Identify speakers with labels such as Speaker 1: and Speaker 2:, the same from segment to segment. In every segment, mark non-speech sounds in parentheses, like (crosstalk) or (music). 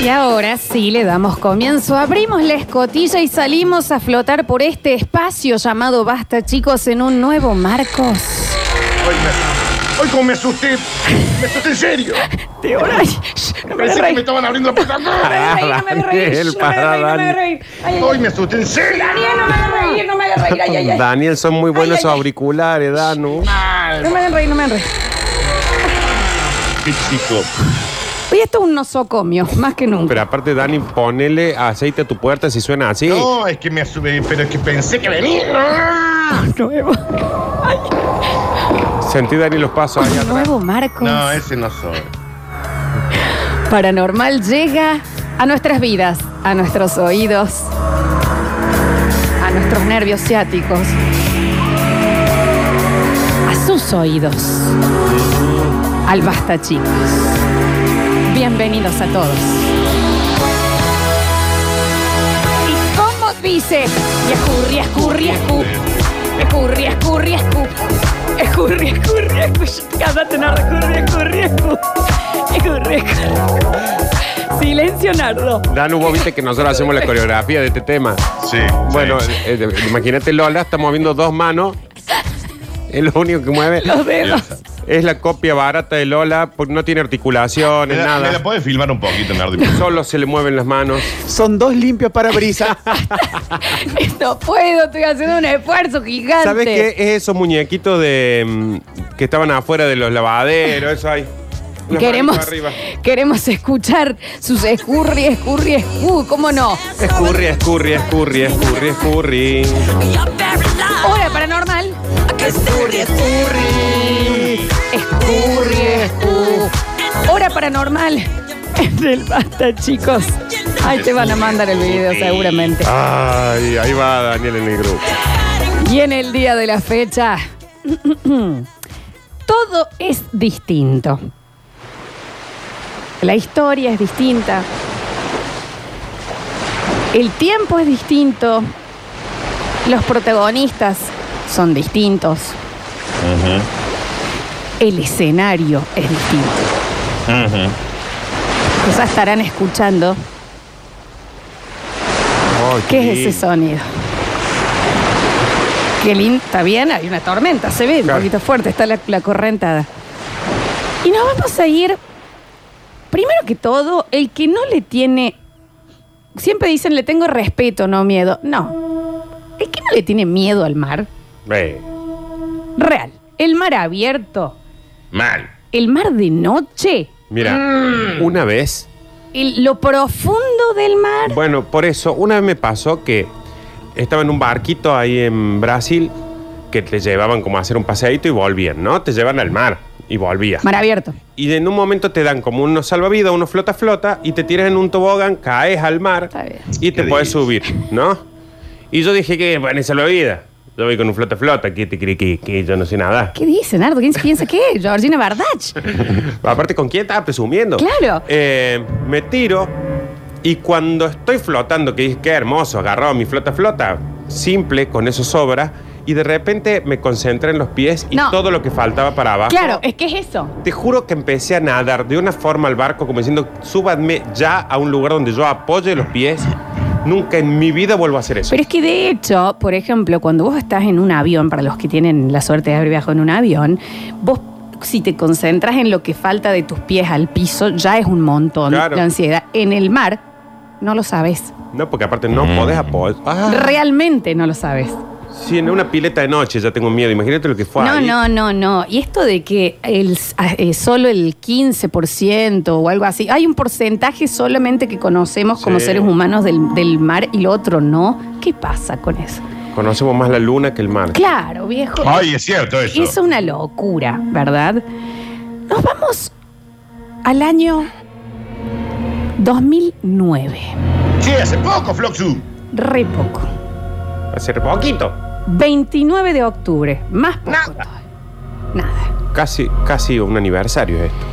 Speaker 1: Y ahora sí le damos comienzo. Abrimos la escotilla y salimos a flotar por este espacio llamado Basta, chicos, en un nuevo Marcos.
Speaker 2: Hoy, me, hoy como me asusté, me asusté en serio.
Speaker 1: Te ay, shh, no me voy a
Speaker 2: Pensé que
Speaker 1: reír.
Speaker 2: me estaban abriendo la puerta.
Speaker 1: (laughs) No me voy a reír, no me voy a reír, shh, no me voy a reír, no me voy a reír. Ay,
Speaker 3: Daniel,
Speaker 1: ay,
Speaker 2: Hoy me asusté en serio.
Speaker 1: ay, Daniel, no me hagas reír, no me hagas reír. Ay, ay, ay.
Speaker 3: Daniel, son muy buenos
Speaker 1: Ay, ay,
Speaker 3: esos
Speaker 1: ay.
Speaker 3: auriculares, Danu.
Speaker 1: No me hagas reír, no me hagas reír.
Speaker 2: Qué chico.
Speaker 1: Hoy esto es un nosocomio, más que nunca.
Speaker 3: Pero aparte, Dani, ponele aceite a tu puerta si suena así.
Speaker 2: No, es que me asusté, pero es que pensé que venía.
Speaker 1: (laughs) Nuevo,
Speaker 3: Sentí, Dani, los pasos ahí atrás.
Speaker 1: nuevo Marcos.
Speaker 2: No, ese no soy.
Speaker 1: Paranormal llega a nuestras vidas, a nuestros oídos, a nuestros nervios ciáticos, a sus oídos, al basta chicos. Bienvenidos a todos. ¿Y cómo dice? Y escurri, escurri, escu. Escurri, escurri, escu. Escurri, escurri, escu. Cállate, Nardo. Escurri, escurri, escu. Escurri, escurri. Silencio, Nardo.
Speaker 3: Danu, vos viste que nosotros hacemos la coreografía de este tema.
Speaker 2: Sí.
Speaker 3: Bueno,
Speaker 2: (laughs) sí.
Speaker 3: eh, eh, imagínate Lola, está moviendo dos manos. Es lo único que mueve.
Speaker 1: Los dedos.
Speaker 3: Es la copia barata de Lola, porque no tiene
Speaker 2: ¿Me
Speaker 3: articulaciones,
Speaker 2: la, ¿Me la
Speaker 3: nada.
Speaker 2: podés filmar un poquito, Nardi?
Speaker 3: Solo se le mueven las manos.
Speaker 4: Son dos limpios para brisa.
Speaker 1: (laughs) No puedo, estoy haciendo un esfuerzo gigante.
Speaker 3: ¿Sabes qué? Es esos muñequitos de mm, que estaban afuera de los lavaderos, eso hay. Las
Speaker 1: Queremos,
Speaker 3: manitos arriba.
Speaker 1: queremos escuchar sus escurri, escurri, escu. ¿Cómo no?
Speaker 3: Escurri, escurri, escurri, escurri, escurri.
Speaker 1: Hora paranormal. Escurri, escurri. Escurri, escu. Hora paranormal. (laughs) En el basta, chicos. Ahí te van a mandar el video seguramente.
Speaker 3: Ay, ahí va Ah, Daniel en el grupo.
Speaker 1: Y en el día de la fecha, (clears throat) todo es distinto. La historia es distinta. El tiempo es distinto. Los protagonistas son distintos. El escenario es distinto. Quizás estarán escuchando
Speaker 3: Ay,
Speaker 1: qué es
Speaker 3: lindo.
Speaker 1: ese sonido. Qué lindo, está bien, hay una tormenta, se ve un
Speaker 3: Claro.
Speaker 1: poquito fuerte, está la, la correntada. Y nos vamos a ir, primero que todo, el que no le tiene, siempre dicen le tengo respeto, no miedo. No, el que no le tiene miedo al mar,
Speaker 3: Eh,
Speaker 1: real, el mar abierto,
Speaker 2: Mal.
Speaker 1: el mar de noche,
Speaker 3: mira, una vez,
Speaker 1: el- lo profundo del mar.
Speaker 3: bueno, por eso, una vez me pasó que estaba en un barquito ahí en Brasil que te llevaban como a hacer un paseadito y volvían, ¿no? Te llevan al mar y volvías.
Speaker 1: Mar abierto.
Speaker 3: Y en un momento te dan como unos salvavidas, unos flota flota, y te tiras en un tobogán, caes al mar
Speaker 1: Está bien.
Speaker 3: y te
Speaker 2: Qué
Speaker 3: puedes
Speaker 2: divino.
Speaker 3: subir, ¿no? Y yo dije que, bueno, es salvavidas. Yo voy con un flota flota, que te cree que, que yo no sé nada.
Speaker 1: ¿Qué dice, Nardo? ¿Quién piensa qué? Georgina Bardach.
Speaker 3: Ah. Aparte, ¿con quién estaba presumiendo?
Speaker 1: Claro.
Speaker 3: Eh, me tiro y cuando estoy flotando, que dije, qué hermoso, agarrado mi flota flota, simple, con eso sobra, y de repente me concentré en los pies y
Speaker 1: No.
Speaker 3: todo lo que faltaba para abajo.
Speaker 1: Claro, es que es eso.
Speaker 3: Te juro que empecé a nadar de una forma al barco, como diciendo, súbanme ya a un lugar donde yo apoye los pies. Nunca en mi vida vuelvo a hacer eso.
Speaker 1: Pero es que de hecho, por ejemplo, cuando vos estás en un avión, para los que tienen la suerte de haber viajado en un avión, vos si te concentras en lo que falta de tus pies al piso, ya es un montón
Speaker 3: Claro.
Speaker 1: de ansiedad. En el mar, no lo sabes.
Speaker 3: No, porque aparte no
Speaker 5: Mm.
Speaker 3: podés apoyar. Ah,
Speaker 1: Realmente no lo sabes.
Speaker 3: si en una pileta de noche ya tengo miedo, imagínate lo que fue.
Speaker 1: No,
Speaker 3: ahí.
Speaker 1: no, no, no. Y esto de que el, ah, eh, solo el 15% o algo así, hay un porcentaje solamente que conocemos como
Speaker 3: Sí.
Speaker 1: seres humanos del, del mar y lo otro no. ¿Qué pasa con eso?
Speaker 3: Conocemos más la luna que el mar.
Speaker 1: Claro, (laughs) viejo.
Speaker 2: Ay, es cierto eso.
Speaker 1: Es una locura, ¿verdad? Nos vamos al año 2009.
Speaker 2: Sí, hace poco, Floxu.
Speaker 1: Re poco.
Speaker 3: Hace poquito.
Speaker 1: 29 de octubre. Más poco
Speaker 2: Nada.
Speaker 1: todavía. Nada.
Speaker 3: Casi, casi un aniversario esto.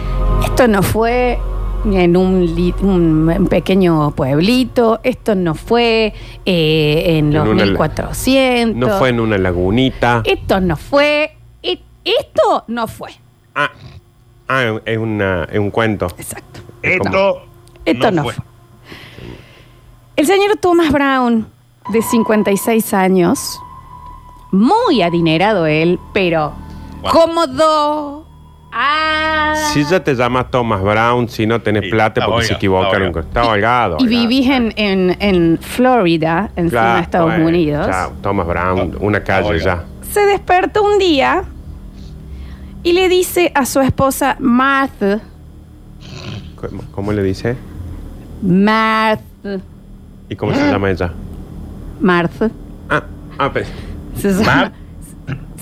Speaker 1: Esto no fue en un, li- un pequeño pueblito. Esto no fue eh, en los
Speaker 3: En una la-
Speaker 1: 1400.
Speaker 3: No fue en una lagunita.
Speaker 1: Esto no fue. e- Esto no fue.
Speaker 3: Ah, ah, es, una, es un cuento.
Speaker 1: Exacto.
Speaker 3: Es como-
Speaker 2: Esto.
Speaker 1: Esto no, fue. señor Thomas Brown, de 56 años, muy adinerado él, pero
Speaker 3: Wow.
Speaker 1: cómodo. Ah.
Speaker 3: Si ya te llamas Thomas Brown, si no tenés
Speaker 5: Sí,
Speaker 3: plata
Speaker 5: está
Speaker 3: porque se
Speaker 5: holgado,
Speaker 3: equivocaron.
Speaker 5: está
Speaker 3: con- Está holgado.
Speaker 1: y
Speaker 3: holgado.
Speaker 1: vivís en, en, en Florida, encima
Speaker 3: Claro,
Speaker 1: de Estados
Speaker 3: bueno,
Speaker 1: Unidos.
Speaker 3: chao, Thomas Brown, una calle
Speaker 5: Ah, Oiga.
Speaker 3: ya.
Speaker 1: Se despertó un día y le dice a su esposa Martha,
Speaker 3: ¿Cómo, cómo le dice?
Speaker 1: Martha,
Speaker 3: ¿Y cómo
Speaker 5: Ah.
Speaker 3: se llama ella?
Speaker 1: Martha,
Speaker 3: Ah, ah, pe-
Speaker 1: se llama,
Speaker 5: (laughs) Mar-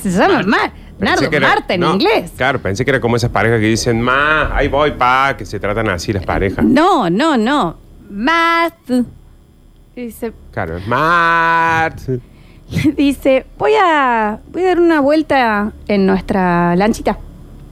Speaker 1: se llama Mar,
Speaker 3: pensé
Speaker 1: Nardo,
Speaker 3: que era-
Speaker 1: Marta en
Speaker 3: no,
Speaker 1: inglés.
Speaker 3: Claro, pensé que era como esas parejas que dicen, ma, ahí voy, pa, que se tratan así las parejas.
Speaker 1: No, no, no, Martha. Y Dice, (laughs)
Speaker 3: Claro, Mart.
Speaker 1: dice, voy a, voy a dar una vuelta en nuestra lanchita.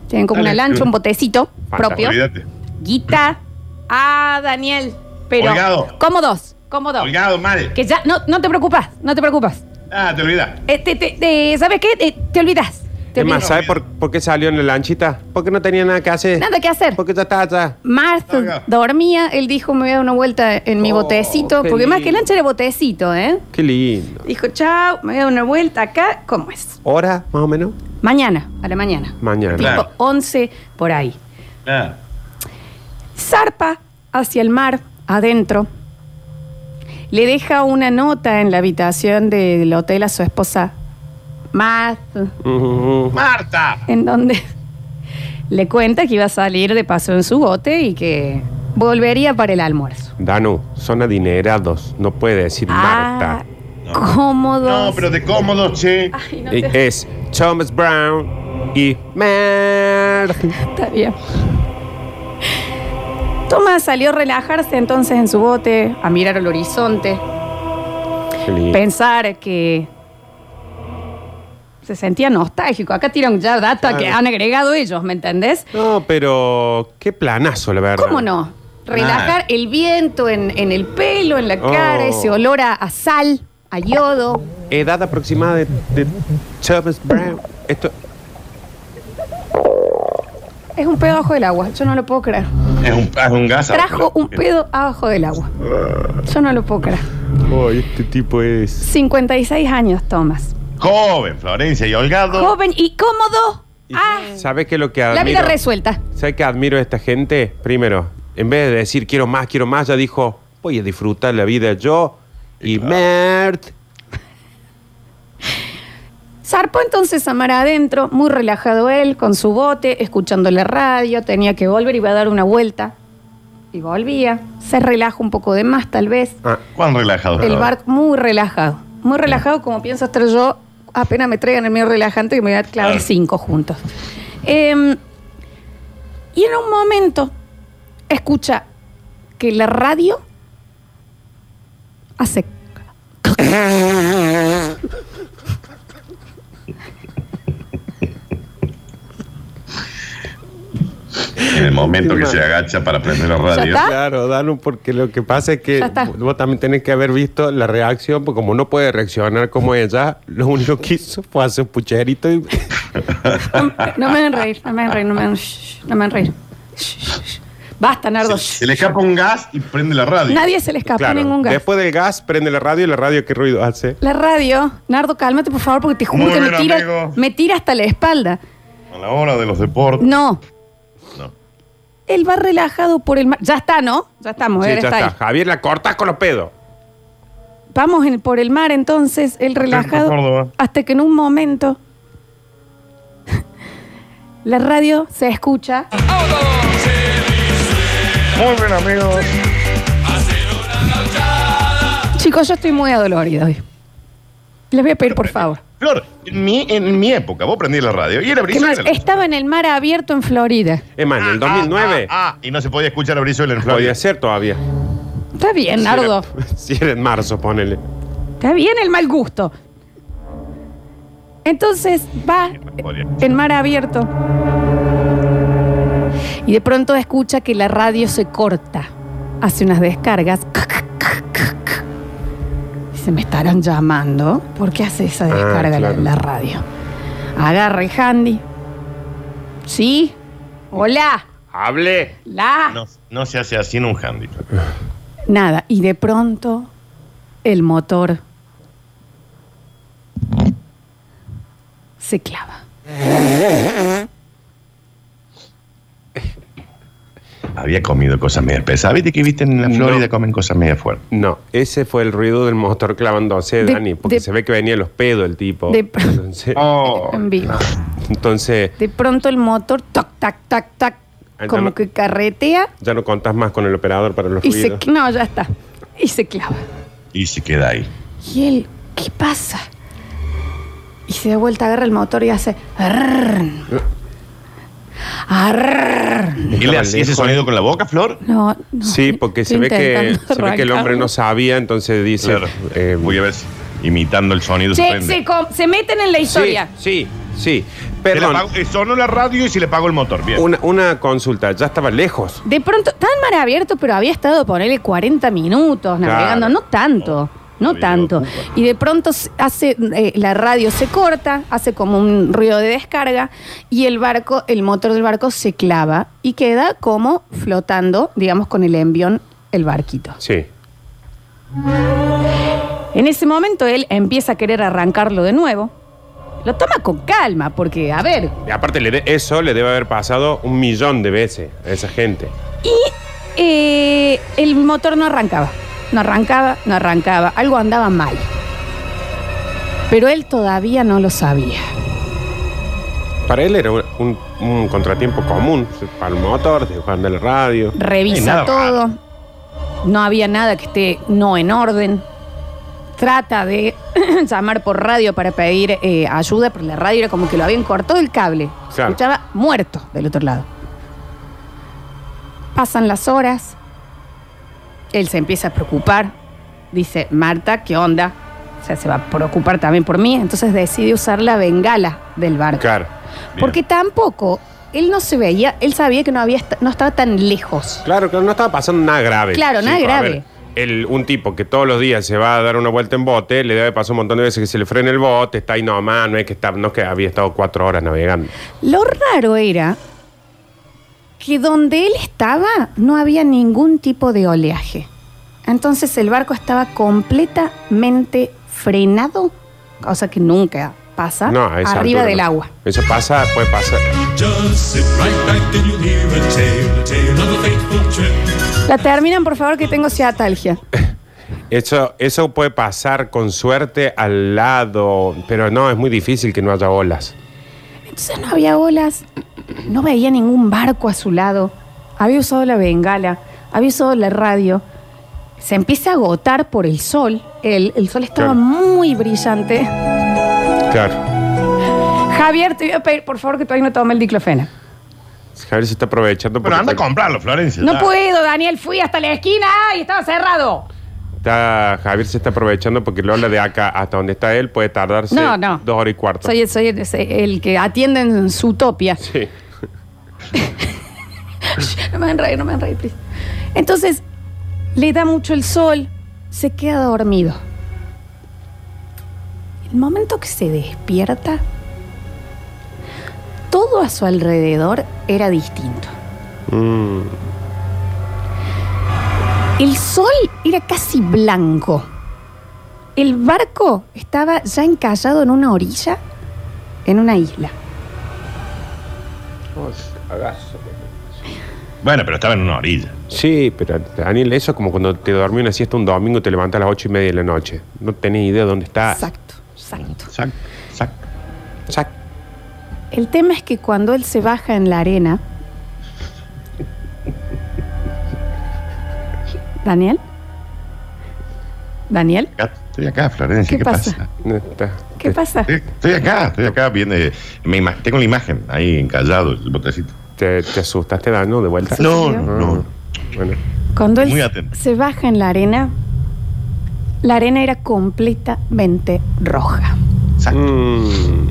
Speaker 1: Tienen como
Speaker 5: Dale.
Speaker 1: una lancha, un botecito
Speaker 3: Fantástico.
Speaker 1: propio.
Speaker 5: Olvídate.
Speaker 1: Guita a Daniel. Pero
Speaker 5: Holgado.
Speaker 1: cómodos, cómodos.
Speaker 5: Holgado, mal.
Speaker 1: Que ya, no, no te preocupas, no te preocupas.
Speaker 5: Ah, te olvidas.
Speaker 1: Eh, te- te- te- ¿Sabes qué? Eh, te olvidas. Te
Speaker 3: Es más,
Speaker 1: olvidas.
Speaker 3: ¿sabes por, por qué salió en la lanchita? Porque no tenía nada que hacer.
Speaker 1: Nada que hacer.
Speaker 3: Porque ya está allá.
Speaker 1: Martha
Speaker 5: Holgado.
Speaker 1: dormía, él dijo, me voy a dar una vuelta en mi
Speaker 3: Oh,
Speaker 1: botecito,
Speaker 3: qué
Speaker 1: porque más que
Speaker 3: lindo.
Speaker 1: lancha era botecito, ¿eh?
Speaker 3: Qué lindo.
Speaker 1: Dijo, chao, me voy a dar una vuelta acá, ¿cómo es?
Speaker 3: ¿Hora, más o menos?
Speaker 1: Mañana, a la mañana.
Speaker 3: Mañana.
Speaker 5: Claro.
Speaker 1: Tipo 11 por ahí.
Speaker 5: Ah,
Speaker 1: zarpa hacia el mar adentro. Le deja una nota en la habitación del hotel a su esposa, Matt,
Speaker 3: Ujú.
Speaker 5: Marta.
Speaker 1: en donde le cuenta que iba a salir de paso en su bote y que volvería para el almuerzo.
Speaker 3: Danu, son adinerados. No puede decir Marta.
Speaker 1: Ah, cómodos.
Speaker 5: No, pero de cómodo, che.
Speaker 1: Ay, no
Speaker 3: Y
Speaker 1: te-
Speaker 3: Es Thomas Brown y Mart.
Speaker 1: Está bien. Thomas salió a relajarse entonces en su bote, a mirar al horizonte,
Speaker 3: Qué lindo.
Speaker 1: pensar que se sentía nostálgico. Acá tiran ya data que han agregado ellos, ¿me entendés?
Speaker 3: No, pero qué planazo, la verdad.
Speaker 1: ¿Cómo no? Relajar el viento en, en el pelo, en la
Speaker 3: Oh.
Speaker 1: cara, ese olor a, a sal, a yodo.
Speaker 3: Edad aproximada de, de Thomas Brown. Esto,
Speaker 1: Es un pedo abajo del agua, yo no lo puedo creer.
Speaker 5: Es un, es un gas.
Speaker 1: Trajo un pedo abajo del agua. Yo no lo puedo creer.
Speaker 3: oh, este tipo es.
Speaker 1: 56 años, Tomás.
Speaker 5: Joven, Florencia y Holgado.
Speaker 1: Joven y cómodo. Ah,
Speaker 3: ¿Sabes qué es lo que
Speaker 1: la
Speaker 3: admiro?
Speaker 1: vida resuelta.
Speaker 3: ¿Sabes qué admiro a esta gente? Primero, en vez de decir quiero más, quiero más, ya dijo voy a disfrutar la vida yo y Mert.
Speaker 1: Zarpó entonces a mar adentro, muy relajado él, con su bote, escuchando la radio, tenía que volver, iba a dar una vuelta. Y volvía. Se relaja un poco de más, tal vez.
Speaker 3: Ah,
Speaker 5: Cuán relajado.
Speaker 1: El
Speaker 5: Holgado.
Speaker 1: barco muy relajado. Muy relajado, como pienso estar yo, apenas me traigan el mío relajante y me voy a clavar
Speaker 5: Claro.
Speaker 1: cinco juntos. Eh, y en un momento escucha que la radio hace.
Speaker 5: En el momento que se agacha para prender la radio.
Speaker 1: está?
Speaker 3: Claro, Danu, porque lo que pasa es que
Speaker 1: Ya está.
Speaker 3: vos también tenés que haber visto la reacción, porque como no puede reaccionar como ella, lo único que hizo fue hacer un pucherito y.
Speaker 1: No, no me hagan reír, no me hagan reír, no me hagan, shh, no me hagan reír. Shh, shh, shh. Basta, Nardo.
Speaker 5: Se, se le escapa un gas y prende la radio.
Speaker 1: Nadie se le escapó
Speaker 3: (laughs) Claro,
Speaker 1: ningún gas.
Speaker 3: Después del gas, prende la radio y la radio, ¿qué ruido hace?
Speaker 1: La radio, Nardo, cálmate por favor, porque te juro
Speaker 5: Muy
Speaker 1: que me
Speaker 5: bien,
Speaker 1: tira,
Speaker 5: amigo.
Speaker 1: me tira hasta la espalda.
Speaker 5: A la hora de los deportes.
Speaker 1: No,
Speaker 5: No.
Speaker 1: él va relajado por el mar. Ya está, ¿no? Ya estamos,
Speaker 3: Sí,
Speaker 1: él
Speaker 3: ya
Speaker 1: está
Speaker 3: está.
Speaker 1: ahí.
Speaker 3: Javier, la cortas con los pedos.
Speaker 1: Vamos en- por el mar entonces, él relajado,
Speaker 5: Córdoba.
Speaker 1: hasta que en un momento (laughs) la radio se escucha.
Speaker 2: Muy bien, amigos.
Speaker 1: Chicos, yo estoy muy adolorida hoy. Les voy a pedir por favor.
Speaker 5: Flor, en mi, en mi época vos prendías la radio y era
Speaker 1: ¿Qué más?
Speaker 5: Brizuela.
Speaker 1: Estaba en el mar abierto en Florida.
Speaker 3: Es más, en el
Speaker 5: Ah,
Speaker 3: 2009
Speaker 5: Ah, ah, y no se podía escuchar a Brizuela en Florida.
Speaker 3: podía ser todavía.
Speaker 1: Está bien, Nardo.
Speaker 3: (laughs) Si era en marzo, ponele.
Speaker 1: Está bien el mal gusto. Entonces va
Speaker 5: Podía.
Speaker 1: en mar abierto. Y de pronto escucha que la radio se corta. Hace unas descargas. Dice, me estarán llamando. ¿Por qué hace esa descarga la-
Speaker 3: claro.
Speaker 1: la, radio? Agarra el handy. ¿Sí? Hola.
Speaker 3: Hable.
Speaker 1: La.
Speaker 5: No, no se hace así en un handy.
Speaker 1: Nada, y de pronto el motor se clava.
Speaker 5: Había comido cosas medio pesadas. ¿Viste que viste en la
Speaker 3: No.
Speaker 5: Florida comen cosas medio fuertes?
Speaker 3: No, ese fue el ruido del motor clavándose,
Speaker 1: De-
Speaker 3: Dani, porque
Speaker 1: de-
Speaker 3: se ve que venía los pedos el tipo.
Speaker 1: De-
Speaker 3: entonces,
Speaker 5: Oh,
Speaker 1: En vivo.
Speaker 3: entonces,
Speaker 1: De pronto el motor, tac, tac, tac, tac,
Speaker 3: Ahí
Speaker 1: como
Speaker 3: está,
Speaker 1: que carretea
Speaker 3: ya no contás más con el operador para los
Speaker 1: y se...
Speaker 3: ruidos.
Speaker 1: No, ya está. Y se clava.
Speaker 5: y se queda ahí.
Speaker 1: Y él, ¿qué pasa? Y se da vuelta, agarra el motor y hace... "Arrrrn". Arrrrn.
Speaker 5: ¿Y le hacía ese
Speaker 3: lejos.
Speaker 5: sonido con la boca, Flor?
Speaker 1: No, no,
Speaker 3: Sí, porque se
Speaker 1: estoy
Speaker 3: ve, que,
Speaker 1: intentando
Speaker 3: se ve que el hombre no
Speaker 1: arrancarlo.
Speaker 3: sabía, entonces dice...
Speaker 5: Claro.
Speaker 3: eh,
Speaker 5: Voy a ver si imitando el sonido. se
Speaker 1: Che,
Speaker 5: prende.
Speaker 1: se, com- se meten en la
Speaker 3: Sí,
Speaker 1: historia.
Speaker 3: sí, sí.
Speaker 5: Se le
Speaker 3: Perdón,
Speaker 5: apagó- eh, sonó la radio y se le pagó el motor. Bien.
Speaker 3: una, una consulta, ya estaba lejos.
Speaker 1: De pronto, tan mar abierto, pero había estado, ponele, 40 minutos navegando.
Speaker 3: Claro.
Speaker 1: No tanto, no
Speaker 5: Había
Speaker 1: tanto.
Speaker 5: ido a Cuba.
Speaker 1: Y de pronto se- hace, eh, la radio se corta, hace como un ruido de descarga y el barco, el motor del barco se clava y queda como flotando, digamos, con el envión el barquito.
Speaker 3: Sí.
Speaker 1: En ese momento él empieza a querer arrancarlo de nuevo. Lo toma con calma, porque, a ver,
Speaker 3: Y aparte, le de- eso le debe haber pasado un millón de veces a esa gente.
Speaker 1: Eh, el motor no arrancaba, no arrancaba, no arrancaba, algo andaba mal. Pero él todavía no lo sabía.
Speaker 3: Para él era un, un- un contratiempo común, para el motor, de Juan del radio.
Speaker 5: Ay,
Speaker 1: Revisa
Speaker 5: nada
Speaker 1: todo, no había nada que esté no en orden. Trata de (clears throat) llamar por radio para pedir eh, ayuda, pero la radio era como que lo habían cortado el cable. Se
Speaker 3: Claro.
Speaker 1: escuchaba muerto del otro lado. Pasan las horas, él se empieza a preocupar. Dice, Marta, ¿qué onda? O sea, se va a preocupar también por mí. Entonces decide usar la bengala del barco.
Speaker 3: Claro,
Speaker 1: Porque tampoco, él no se veía, él sabía que no, había, est- no estaba tan lejos.
Speaker 3: claro, claro, no estaba pasando nada grave. pues,
Speaker 1: Claro, nada
Speaker 3: a
Speaker 1: grave.
Speaker 3: ver, el, un tipo que todos los días se va a dar una vuelta en bote, le debe pasar un montón de veces que se le frena el bote, está ahí nomás, no es que, está, no es que había estado cuatro horas navegando.
Speaker 1: Lo raro era que donde él estaba no había ningún tipo de oleaje. Entonces el barco estaba completamente frenado, cosa que nunca pasa,
Speaker 3: No, a esa
Speaker 1: Ah, arriba
Speaker 3: altura
Speaker 1: del
Speaker 3: no.
Speaker 1: agua.
Speaker 3: Eso pasa, puede pasar.
Speaker 6: Just sit right back and you'll hear a tale, a tale of a fateful trip.
Speaker 1: La terminan, por favor, que tengo ciatalgia.
Speaker 3: Eso, eso puede pasar con suerte al lado, pero no, es muy difícil que no haya olas.
Speaker 1: Entonces no había olas, no veía ningún barco a su lado, había usado la bengala, había usado la radio. Se empieza a agotar por el sol. El, el sol estaba
Speaker 3: Claro.
Speaker 1: muy brillante.
Speaker 3: Claro.
Speaker 1: Javier, te voy a pedir, por favor, que todavía no tome el diclofena.
Speaker 3: Javier se está aprovechando.
Speaker 5: Pero
Speaker 3: porque
Speaker 5: anda a
Speaker 3: está-
Speaker 5: comprarlo, Florencia.
Speaker 1: No
Speaker 5: ya.
Speaker 1: puedo, Daniel, fui hasta la esquina y estaba cerrado.
Speaker 3: Está, Javier se está aprovechando porque Lola de acá hasta donde está él puede tardarse
Speaker 1: No, no.
Speaker 3: dos horas y cuarto.
Speaker 1: Soy, soy el, soy el que atiende en su topia.
Speaker 3: Sí.
Speaker 1: No me van a reír, no me van a reír, please. Entonces, le da mucho el sol, se queda dormido. El momento que se despierta, todo a su alrededor era distinto. El sol era casi blanco. El barco estaba ya encallado en una orilla, en una isla.
Speaker 5: Bueno, pero estaba en una orilla.
Speaker 3: Sí, pero Daniel, eso es como cuando te dormí una siesta un domingo y te levantas a las ocho y media de la noche. No tenés idea dónde está.
Speaker 1: Exacto, exacto.
Speaker 5: Sac, sac.
Speaker 3: Sac.
Speaker 1: El tema es que cuando él se baja en la arena. Daniel. Daniel,
Speaker 5: Acá- Estoy acá, Florencia.
Speaker 1: ¿Qué
Speaker 5: ¿Qué,
Speaker 1: pasa?
Speaker 5: pasa?
Speaker 3: No está.
Speaker 1: ¿qué pasa?
Speaker 5: Estoy, estoy acá, estoy acá viendo. eh, me ima- tengo la imagen ahí encallado, el botecito.
Speaker 3: ¿Te, te asustaste, Dano, de vuelta?
Speaker 5: No,
Speaker 1: serio?
Speaker 5: no, no.
Speaker 3: Bueno,
Speaker 1: Cuando él
Speaker 5: Muy
Speaker 1: se-
Speaker 5: atento.
Speaker 1: se baja en la arena, la arena era completamente roja.
Speaker 5: Sac.
Speaker 3: Mm,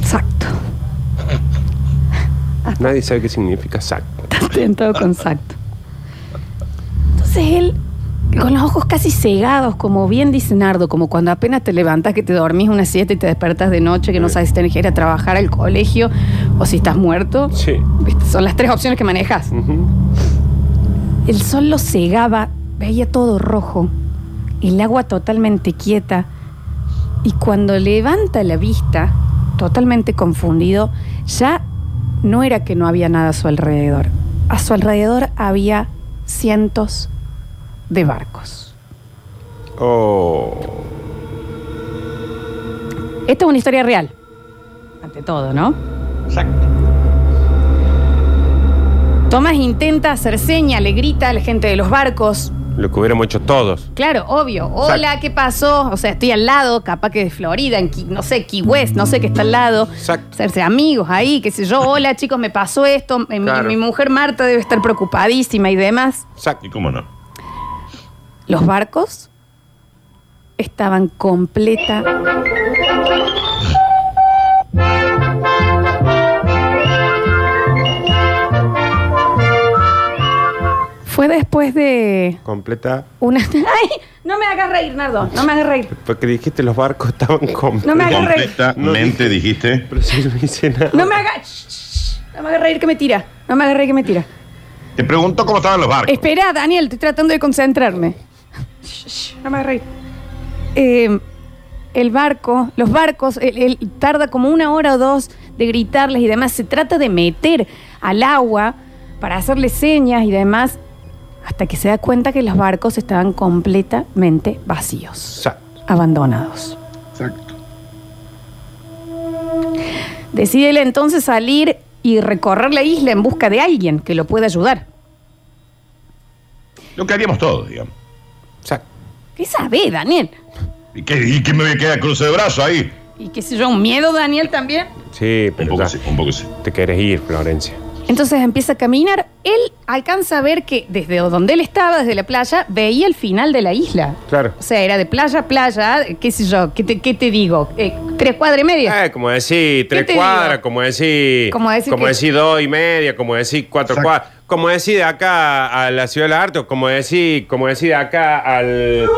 Speaker 1: Exacto. Ah.
Speaker 3: nadie sabe qué significa sac.
Speaker 1: Está tentado con exacto. Entonces él, con los ojos casi cegados, como bien dice Nardo, como cuando apenas te levantas, que te dormís una siesta y te despertas de noche, que no sabes si tenés que ir a trabajar al colegio o si estás muerto.
Speaker 3: Sí.
Speaker 1: Viste, Son las tres opciones que manejas.
Speaker 3: Ujú.
Speaker 1: El sol lo cegaba, veía todo rojo. el agua totalmente quieta y cuando levanta la vista, totalmente confundido, ya no era que no había nada a su alrededor. A su alrededor había cientos de barcos.
Speaker 3: Oh.
Speaker 1: Esta es una historia real, ante todo, ¿no? Tomás intenta hacer seña, le grita a la gente de los barcos.
Speaker 3: Lo que hubiéramos hecho todos.
Speaker 1: Claro, obvio. Hola,
Speaker 3: Exacto.
Speaker 1: ¿qué pasó? O sea, estoy al lado, capaz que de Florida, en Key- no sé, Key West, no sé qué está al lado.
Speaker 3: Exacto.
Speaker 1: Hacerse amigos ahí, qué sé yo. Hola, chicos, me pasó esto. Eh, mi-
Speaker 3: Claro.
Speaker 1: mi mujer Marta debe estar preocupadísima y demás.
Speaker 3: Exacto.
Speaker 5: ¿Y cómo no?
Speaker 1: Los barcos estaban completa. Fue después de
Speaker 3: Completa.
Speaker 1: una. (laughs) ¡Ay! No me hagas reír, Nardo. No me hagas reír.
Speaker 3: Porque dijiste los barcos estaban completos.
Speaker 1: No me hagas reír.
Speaker 5: Completamente dijiste.
Speaker 3: Pero si no hice nada.
Speaker 1: No me hagas. Shh, shh, shh. No me hagas reír que me tira. No me hagas reír que me tira.
Speaker 5: Te pregunto cómo estaban los barcos.
Speaker 1: Espera, Daniel, estoy tratando de concentrarme. Shh, shh, No me hagas reír. Eh, el barco, los barcos, el- el- tarda como una hora o dos de gritarles y demás. Se trata de meter al agua para hacerle señas y demás, hasta que se da cuenta que los barcos estaban completamente vacíos,
Speaker 3: Exacto.
Speaker 1: abandonados.
Speaker 2: Exacto.
Speaker 1: Decide él entonces salir y recorrer la isla en busca de alguien que lo pueda ayudar.
Speaker 5: Lo que haríamos todos, digamos.
Speaker 3: Exacto.
Speaker 1: ¿Qué sabe, Daniel?
Speaker 5: ¿Y qué, y qué me voy a quedar cruce de brazo ahí?
Speaker 1: Y qué sé yo, un miedo, Daniel, también.
Speaker 3: Sí,
Speaker 5: Un
Speaker 3: pero
Speaker 5: poco
Speaker 3: ya
Speaker 5: sí, un poco sí.
Speaker 3: te querés ir, Florencia.
Speaker 1: Entonces empieza a caminar. Él alcanza a ver que desde donde él estaba, desde la playa, veía el final de la isla.
Speaker 3: Claro.
Speaker 1: O sea, era de playa a playa, qué sé yo, qué te, qué te digo, eh, tres cuadras y media.
Speaker 3: Eh, como decís, tres
Speaker 1: te
Speaker 3: cuadras,
Speaker 1: digo?
Speaker 3: como decís.
Speaker 1: Como decir que-
Speaker 3: decís dos y media, como decís cuatro
Speaker 2: Exacto.
Speaker 3: cuadras. Como decís de acá a la ciudad de la arte, o como decís, como decís de acá al.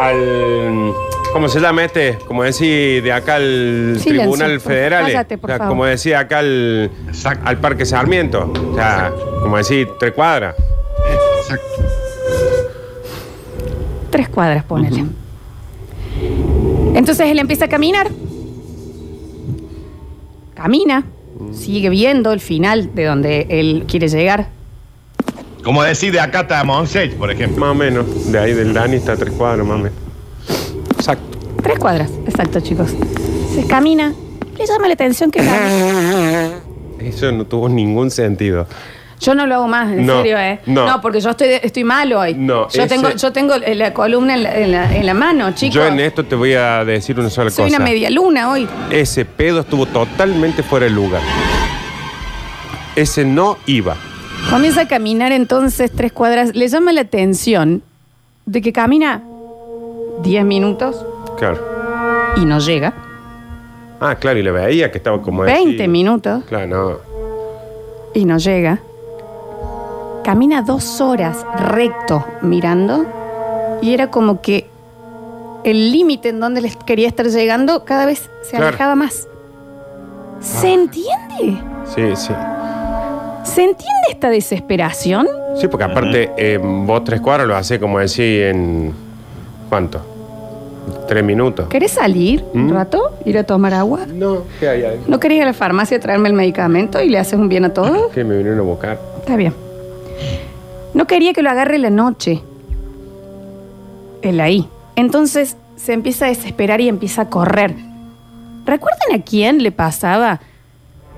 Speaker 3: al ¿Cómo se llama este? Como decís de acá al
Speaker 1: Silencio,
Speaker 3: Tribunal
Speaker 1: por-
Speaker 3: Federal. eh.
Speaker 1: cállate, por
Speaker 3: O sea,
Speaker 1: favor.
Speaker 3: como decís de acá al,
Speaker 5: Exacto.
Speaker 3: al Parque Sarmiento. O sea, como decís, tres cuadras.
Speaker 2: Exacto.
Speaker 1: Tres cuadras, ponele. Entonces él empieza a caminar. Camina. Sigue viendo el final de donde él quiere llegar.
Speaker 5: Como decir de acá hasta Montseny, por ejemplo.
Speaker 3: Más o menos. De ahí del Dani está a tres cuadras, más o menos. Exacto.
Speaker 1: Tres cuadras, exacto, chicos. Se camina. Le llama la atención que
Speaker 3: (laughs)
Speaker 1: camina.
Speaker 3: Eso no tuvo ningún sentido.
Speaker 1: Yo no lo hago más, en
Speaker 3: No,
Speaker 1: serio, ¿eh?
Speaker 3: No.
Speaker 1: porque yo estoy, estoy mal hoy.
Speaker 3: No,
Speaker 1: yo
Speaker 3: ese-
Speaker 1: tengo, yo tengo eh, la columna en la, en la- en la mano, chicos.
Speaker 3: Yo en esto te voy a decir una sola
Speaker 1: Soy
Speaker 3: cosa.
Speaker 1: una media luna hoy.
Speaker 3: Ese pedo estuvo totalmente fuera de lugar. Ese no iba.
Speaker 1: Comienza a caminar entonces tres cuadras. Le llama la atención de que camina 10 minutos
Speaker 3: Claro.
Speaker 1: y no llega.
Speaker 3: Ah, claro, y le veía que estaba como
Speaker 1: 20
Speaker 3: así.
Speaker 1: minutos
Speaker 3: Claro, no.
Speaker 1: y no llega. Camina dos horas recto mirando y era como que el límite en donde les quería estar llegando cada vez se
Speaker 3: Claro. Ah.
Speaker 1: alejaba más. ¿Se entiende?
Speaker 3: Sí, sí.
Speaker 1: ¿Se entiende esta desesperación?
Speaker 3: Sí, porque aparte eh, vos tres cuadros lo haces como decir en. ¿Cuánto? Tres minutos.
Speaker 1: ¿Querés salir un
Speaker 3: ¿Mm?
Speaker 1: rato? ¿Ir a tomar agua?
Speaker 3: No, ¿qué hay ahí?
Speaker 1: ¿No querés ir a la farmacia a traerme el medicamento y le haces un bien a todo?
Speaker 3: Que me vinieron a buscar.
Speaker 1: Está bien. No quería que lo agarre la noche. El ahí. Entonces se empieza a desesperar y empieza a correr. ¿Recuerdan a quién le pasaba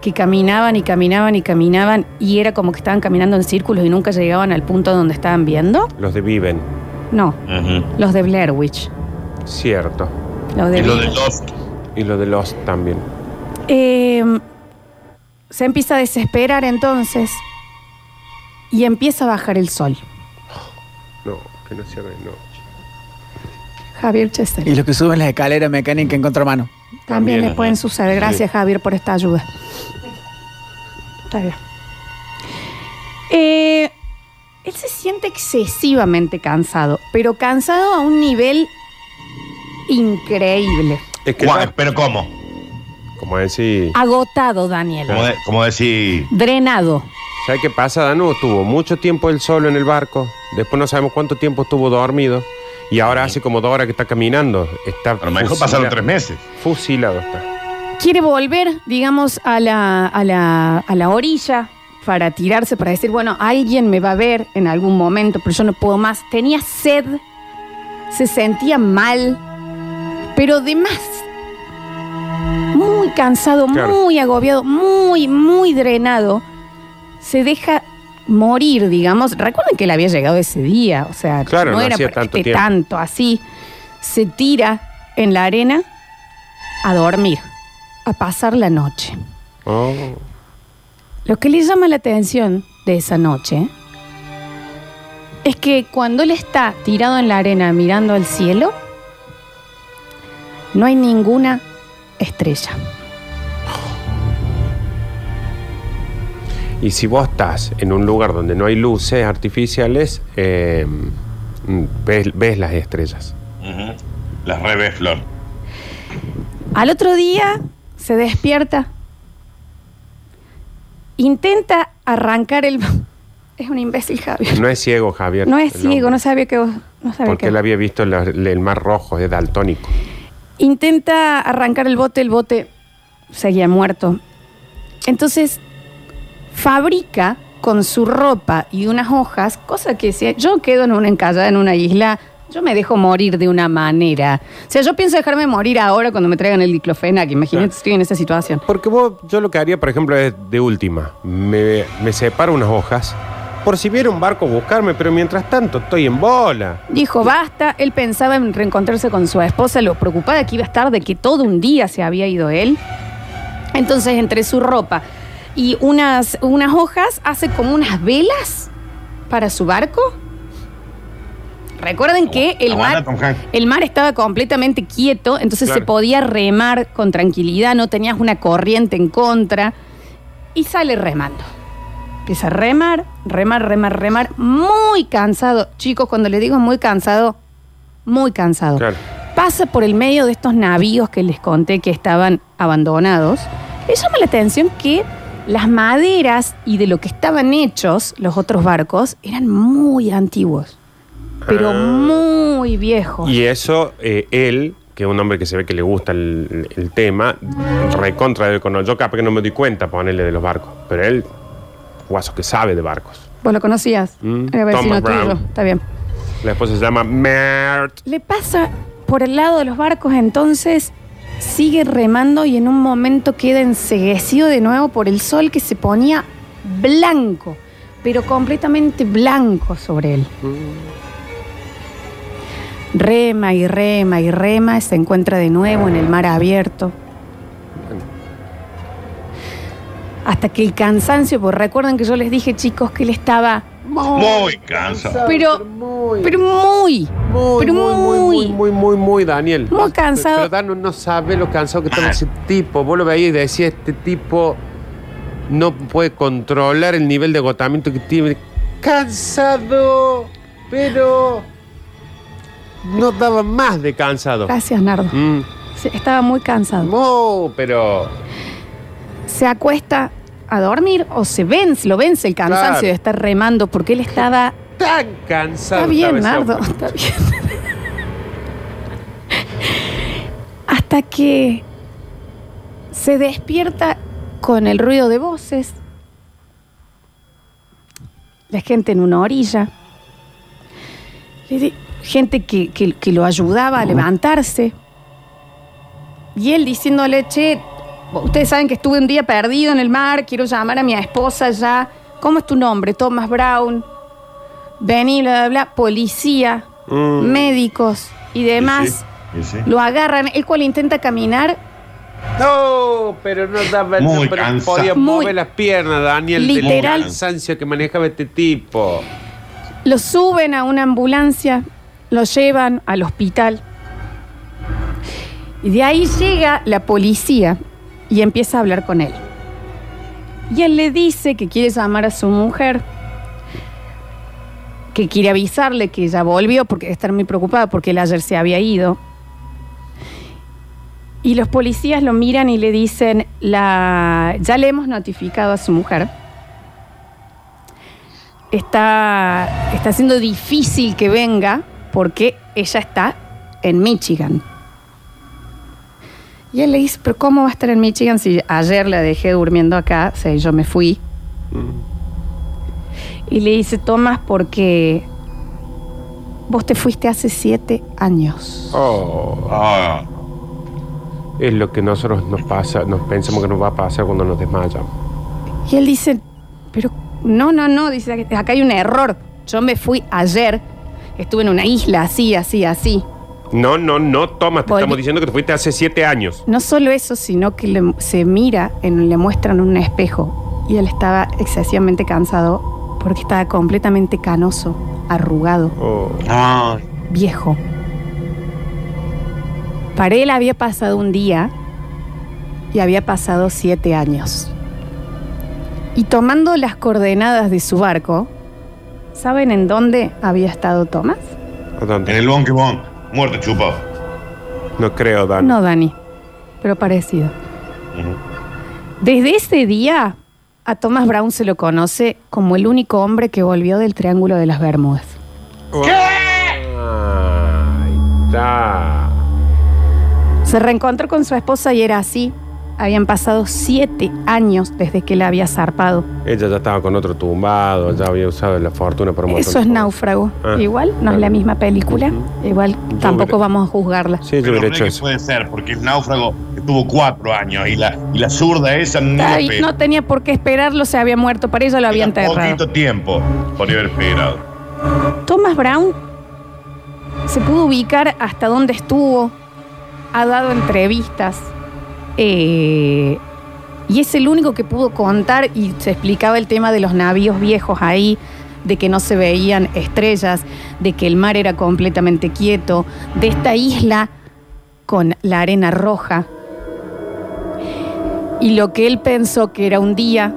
Speaker 1: que caminaban y caminaban y caminaban y era como que estaban caminando en círculos y nunca llegaban al punto donde estaban viendo?
Speaker 3: Los de Viven.
Speaker 1: No,
Speaker 5: Ujú.
Speaker 1: los de Blair Witch.
Speaker 3: Cierto.
Speaker 1: Los de
Speaker 5: Y lo
Speaker 1: Blair.
Speaker 5: de los.
Speaker 3: Y los de Lost también.
Speaker 1: Eh, se empieza a desesperar entonces y empieza a bajar el sol.
Speaker 3: No, que no cierre de noche.
Speaker 1: Javier Chester.
Speaker 4: (laughs) Y los que suben las escaleras mecánicas en contramano.
Speaker 1: También,
Speaker 5: También,
Speaker 1: le
Speaker 5: ajá.
Speaker 1: pueden suceder. Gracias, Javier, por esta ayuda. Está bien. Eh, él se siente excesivamente cansado, pero cansado a un nivel increíble.
Speaker 3: Es que.
Speaker 5: Guau,
Speaker 3: ya-
Speaker 5: Pero ¿cómo?
Speaker 3: Como decir.
Speaker 1: Agotado, Daniel.
Speaker 5: Como, de- como decir.
Speaker 1: Drenado.
Speaker 3: ¿Sabes qué pasa, Danu? Estuvo mucho tiempo él solo en el barco. Después no sabemos cuánto tiempo estuvo dormido. Y ahora hace como dos horas que está caminando. Está
Speaker 5: A lo mejor
Speaker 3: fusilado.
Speaker 5: pasaron tres meses.
Speaker 3: Fusilado está.
Speaker 1: Quiere volver, digamos, a la, a la, a la orilla para tirarse, para decir, bueno, alguien me va a ver en algún momento, pero yo no puedo más. Tenía sed, se sentía mal, pero de más. Muy cansado,
Speaker 3: Claro.
Speaker 1: muy agobiado, muy, muy drenado. Se deja morir, digamos. Recuerden que él había llegado ese día, o sea,
Speaker 3: Claro,
Speaker 1: no,
Speaker 3: no
Speaker 1: era
Speaker 3: hacía
Speaker 1: para que
Speaker 3: tanto
Speaker 1: esté
Speaker 3: tiempo.
Speaker 1: tanto así. Se tira en la arena a dormir, a pasar la noche.
Speaker 3: Oh.
Speaker 1: Lo que le llama la atención de esa noche es que cuando él está tirado en la arena mirando al cielo, no hay ninguna estrella.
Speaker 3: Y si vos estás en un lugar donde no hay luces artificiales, eh, mm, ves, ves las estrellas.
Speaker 5: Las revés, Flor.
Speaker 1: Al otro día se despierta. Intenta arrancar el... (laughs) Es un imbécil, Javier.
Speaker 3: No es ciego, Javier.
Speaker 1: No es
Speaker 3: el
Speaker 1: ciego,
Speaker 3: hombre,
Speaker 1: no sabía que... No sabía
Speaker 3: Porque
Speaker 1: que...
Speaker 3: él había visto la- el mar rojo, es daltónico.
Speaker 1: Intenta arrancar el bote, el bote seguía muerto. Entonces, fabrica con su ropa y unas hojas, cosa que si yo quedo en una encallada en una isla, yo me dejo morir de una manera. O sea, yo pienso dejarme morir ahora cuando me traigan el diclofenac, imagínate,
Speaker 3: Claro.
Speaker 1: estoy en esa situación.
Speaker 3: Porque vos, yo lo que haría, por ejemplo, es de última. Me, me separo unas hojas. Por si viera un barco buscarme, pero mientras tanto estoy en bola.
Speaker 1: Dijo, basta, él pensaba en reencontrarse con su esposa, lo preocupada que iba a estar de que todo un día se había ido él. Entonces, entre su ropa y unas, unas hojas, hace como unas velas para su barco. Recuerden que el mar,
Speaker 5: Aguanta, Tom Hanks.
Speaker 1: el mar estaba completamente quieto, entonces
Speaker 3: Claro.
Speaker 1: se podía remar con tranquilidad, no tenías una corriente en contra. Y sale remando. Empieza a remar, remar, remar, remar. Muy cansado. Chicos, cuando les digo muy cansado, muy cansado.
Speaker 3: Claro.
Speaker 1: Pasa por el medio de estos navíos que les conté que estaban abandonados. Le llama la atención que las maderas y de lo que estaban hechos los otros barcos eran muy antiguos, pero
Speaker 3: Ah.
Speaker 1: muy viejos.
Speaker 3: Y eso, eh, él, que es un hombre que se ve que le gusta el, el tema, recontra del cono. Yo capaz que no me doy cuenta, ponerle de los barcos. Pero él, guaso que sabe de barcos.
Speaker 1: ¿Vos lo conocías?
Speaker 3: Mm,
Speaker 1: Era vecino
Speaker 3: Thomas Brown.
Speaker 1: tuyo. Está bien.
Speaker 3: La esposa se llama Mert.
Speaker 1: Le pasa por el lado de los barcos, entonces sigue remando y en un momento queda enseguecido de nuevo por el sol que se ponía blanco, pero completamente blanco sobre él. Rema y rema y rema, y se encuentra de nuevo en el mar abierto. Hasta que el cansancio, pues recuerden que yo les dije, chicos, que él estaba,
Speaker 5: Muy cansado.
Speaker 1: pero, pero muy, pero muy,
Speaker 3: muy, muy, muy, Daniel.
Speaker 1: Muy
Speaker 3: Vas-
Speaker 1: cansado.
Speaker 3: Pero Dano no sabe lo cansado que está ese tipo. Vos lo veías y decías, este tipo no puede controlar el nivel de agotamiento que tiene. Cansado, pero no daba más de cansado.
Speaker 1: Gracias, Nardo.
Speaker 3: Mm.
Speaker 1: Sí, Estaba muy cansado.
Speaker 3: No, pero
Speaker 1: Se acuesta a dormir o se vence, lo vence el cansancio
Speaker 3: Claro.
Speaker 1: de estar remando porque él estaba.
Speaker 3: tan cansado.
Speaker 1: está bien,
Speaker 3: estaba ese
Speaker 1: Nardo,
Speaker 3: hombre.
Speaker 1: está bien. Hasta que se despierta con el ruido de voces, la gente en una orilla, Le di- gente que, que- que lo ayudaba a levantarse. Y él diciéndole, che, ustedes saben que estuve un día perdido en el mar, quiero llamar a mi esposa ya. ¿Cómo es tu nombre? Thomas Brown. Vení, bla, bla, bla. Policía, Mm. médicos y demás.
Speaker 5: Y Mm. sí, y sí.
Speaker 1: Lo agarran, el cual intenta caminar
Speaker 3: No, pero no daba
Speaker 5: Muy
Speaker 3: no, pero
Speaker 5: cansado.
Speaker 3: podía
Speaker 1: Muy-
Speaker 3: mover las piernas, Daniel. del
Speaker 1: Literal.
Speaker 3: cansancio que manejaba este tipo.
Speaker 1: Lo suben a una ambulancia, lo llevan al hospital. Y de ahí llega la policía y empieza a hablar con él. Y él le dice que quiere llamar a su mujer, que quiere avisarle que ya volvió porque debe estar muy preocupada porque él ayer se había ido. Y los policías lo miran y le dicen, la... ya le hemos notificado a su mujer está, está siendo difícil que venga porque ella está en Michigan. Y él le dice, pero ¿cómo va a estar en Michigan si ayer la dejé durmiendo acá? O sea, yo me fui. Y le dice, Tomás, porque vos te fuiste hace siete años.
Speaker 3: Oh,
Speaker 5: Ah,
Speaker 3: es lo que nosotros nos pasa, nos pensamos que nos va a pasar cuando nos desmayamos.
Speaker 1: Y él dice, pero no, no, no, dice, acá hay un error. Yo me fui ayer, estuve en una isla así, así, así.
Speaker 3: No, no, no, Tomás, te
Speaker 1: Volvi-
Speaker 3: estamos diciendo que te fuiste hace siete años.
Speaker 1: No solo eso, sino que le- se mira, en, le muestran un espejo y él estaba excesivamente cansado porque estaba completamente canoso, arrugado,
Speaker 3: Oh,
Speaker 1: viejo. Para él había pasado un día y había pasado siete años. Y tomando las coordenadas de su barco, ¿saben en dónde había estado Tomás?
Speaker 3: ¿a dónde?
Speaker 5: en el bon que bon, muerto chupado.
Speaker 3: No creo, Dan.
Speaker 1: No, Dani, pero parecido.
Speaker 5: Ujú.
Speaker 1: Desde ese día, a Thomas Brown se lo conoce como el único hombre que volvió del Triángulo de las Bermudas.
Speaker 3: Oh. Ahí está.
Speaker 1: Se reencontró con su esposa y era así. Habían pasado siete años desde que él había zarpado.
Speaker 3: Ella ya estaba con otro tumbado, ya había usado la fortuna para un montón
Speaker 1: Eso
Speaker 3: de
Speaker 1: es
Speaker 3: cosas.
Speaker 1: náufrago.
Speaker 3: Ah,
Speaker 1: Igual, no es la
Speaker 3: claro.
Speaker 1: misma película. Igual, tampoco
Speaker 3: hubiera-
Speaker 1: vamos a juzgarla.
Speaker 3: Sí,
Speaker 5: Pero
Speaker 3: yo hubiera
Speaker 5: creo
Speaker 3: hecho
Speaker 5: que
Speaker 3: eso.
Speaker 5: puede ser, porque el náufrago estuvo cuatro años y la, y la zurda esa ni
Speaker 1: Ay,
Speaker 5: lo pe-
Speaker 1: no tenía por qué esperarlo, se había muerto. Para ella lo había
Speaker 5: Era
Speaker 1: enterrado.
Speaker 5: Poquito tiempo podría haber esperado.
Speaker 1: Thomas Brown se pudo ubicar hasta dónde estuvo, ha dado entrevistas eh, y es el único que pudo contar y se explicaba el tema de los navíos viejos ahí, de que no se veían estrellas, de que el mar era completamente quieto, de esta isla con la arena roja. Y lo que él pensó que era un día,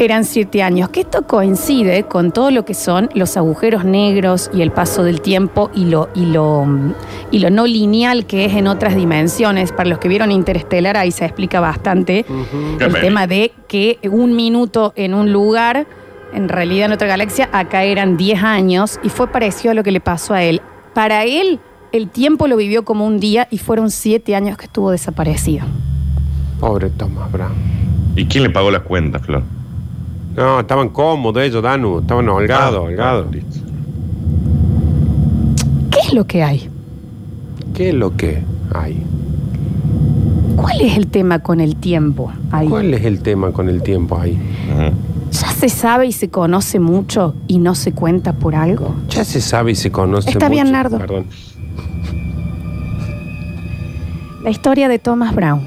Speaker 1: eran siete años, que esto coincide con todo lo que son los agujeros negros y el paso del tiempo y lo, y lo, mm, y lo no lineal que es en otras dimensiones. Para los que vieron Interestelar, ahí se explica bastante
Speaker 5: Qué
Speaker 1: el
Speaker 5: peli.
Speaker 1: tema de que un minuto en un lugar, en realidad en otra galaxia, acá eran 10 años y fue parecido a lo que le pasó a él. Para él, el tiempo lo vivió como un día y fueron siete años que estuvo desaparecido.
Speaker 3: Pobre Tomás Brown.
Speaker 5: ¿Y quién le pagó las cuentas, Flor?
Speaker 3: No, estaban cómodos ellos, Danu. Estaban holgados,
Speaker 5: Ah,
Speaker 3: holgados.
Speaker 5: listo.
Speaker 1: ¿Qué es lo que hay?
Speaker 3: ¿Qué es lo que hay?
Speaker 1: ¿Cuál es el tema con el tiempo? Ahí?
Speaker 3: ¿Cuál es el tema con el tiempo ahí?
Speaker 5: Ajá.
Speaker 1: ¿Ya se sabe y se conoce mucho y no se cuenta por algo?
Speaker 3: Ya se sabe y se conoce
Speaker 1: Está bien,
Speaker 3: mucho.
Speaker 1: Nardo.
Speaker 3: Perdón.
Speaker 1: La historia de Thomas Brown.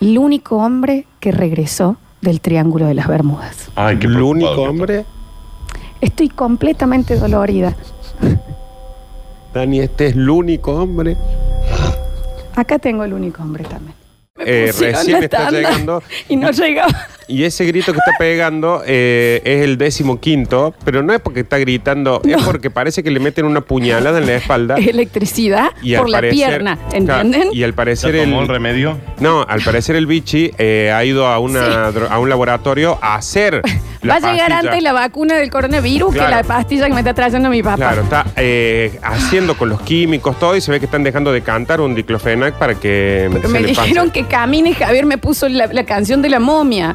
Speaker 1: El único hombre que regresó del Triángulo de las Bermudas.
Speaker 5: Ay, qué
Speaker 3: ¿El
Speaker 5: preocupado
Speaker 3: único
Speaker 5: que
Speaker 3: hombre?
Speaker 1: Estoy completamente dolorida.
Speaker 3: Dani, este es el único hombre.
Speaker 1: Acá tengo el único hombre también.
Speaker 3: Eh,
Speaker 1: pusieron
Speaker 3: recién
Speaker 1: la
Speaker 3: está
Speaker 1: tanda.
Speaker 3: llegando.
Speaker 1: (laughs) Y no llegaba.
Speaker 3: Y ese grito que está pegando eh, es el décimo quinto, pero no es porque está gritando, es porque parece que le meten una puñalada en la espalda.
Speaker 1: Electricidad
Speaker 3: Y al
Speaker 1: por la
Speaker 3: parecer-
Speaker 1: pierna,
Speaker 3: Claro,
Speaker 1: ¿entienden?
Speaker 3: Y al
Speaker 5: ¿Ya
Speaker 3: parecer
Speaker 5: tomó el
Speaker 3: el,
Speaker 5: remedio?
Speaker 3: no, al parecer el bichi eh, ha ido a una dro- a un laboratorio a hacer
Speaker 1: (laughs) Va
Speaker 3: la
Speaker 1: a llegar
Speaker 3: pastilla.
Speaker 1: antes la vacuna del coronavirus
Speaker 3: Claro.
Speaker 1: que la pastilla que me está trayendo mi papá.
Speaker 3: Claro, está eh, haciendo con los químicos todo y se ve que están dejando de cantar un diclofenac para que
Speaker 1: Pero
Speaker 3: se
Speaker 1: me
Speaker 3: le pase.
Speaker 1: (laughs) dijeron que camine, Javier me puso la, la canción de la momia.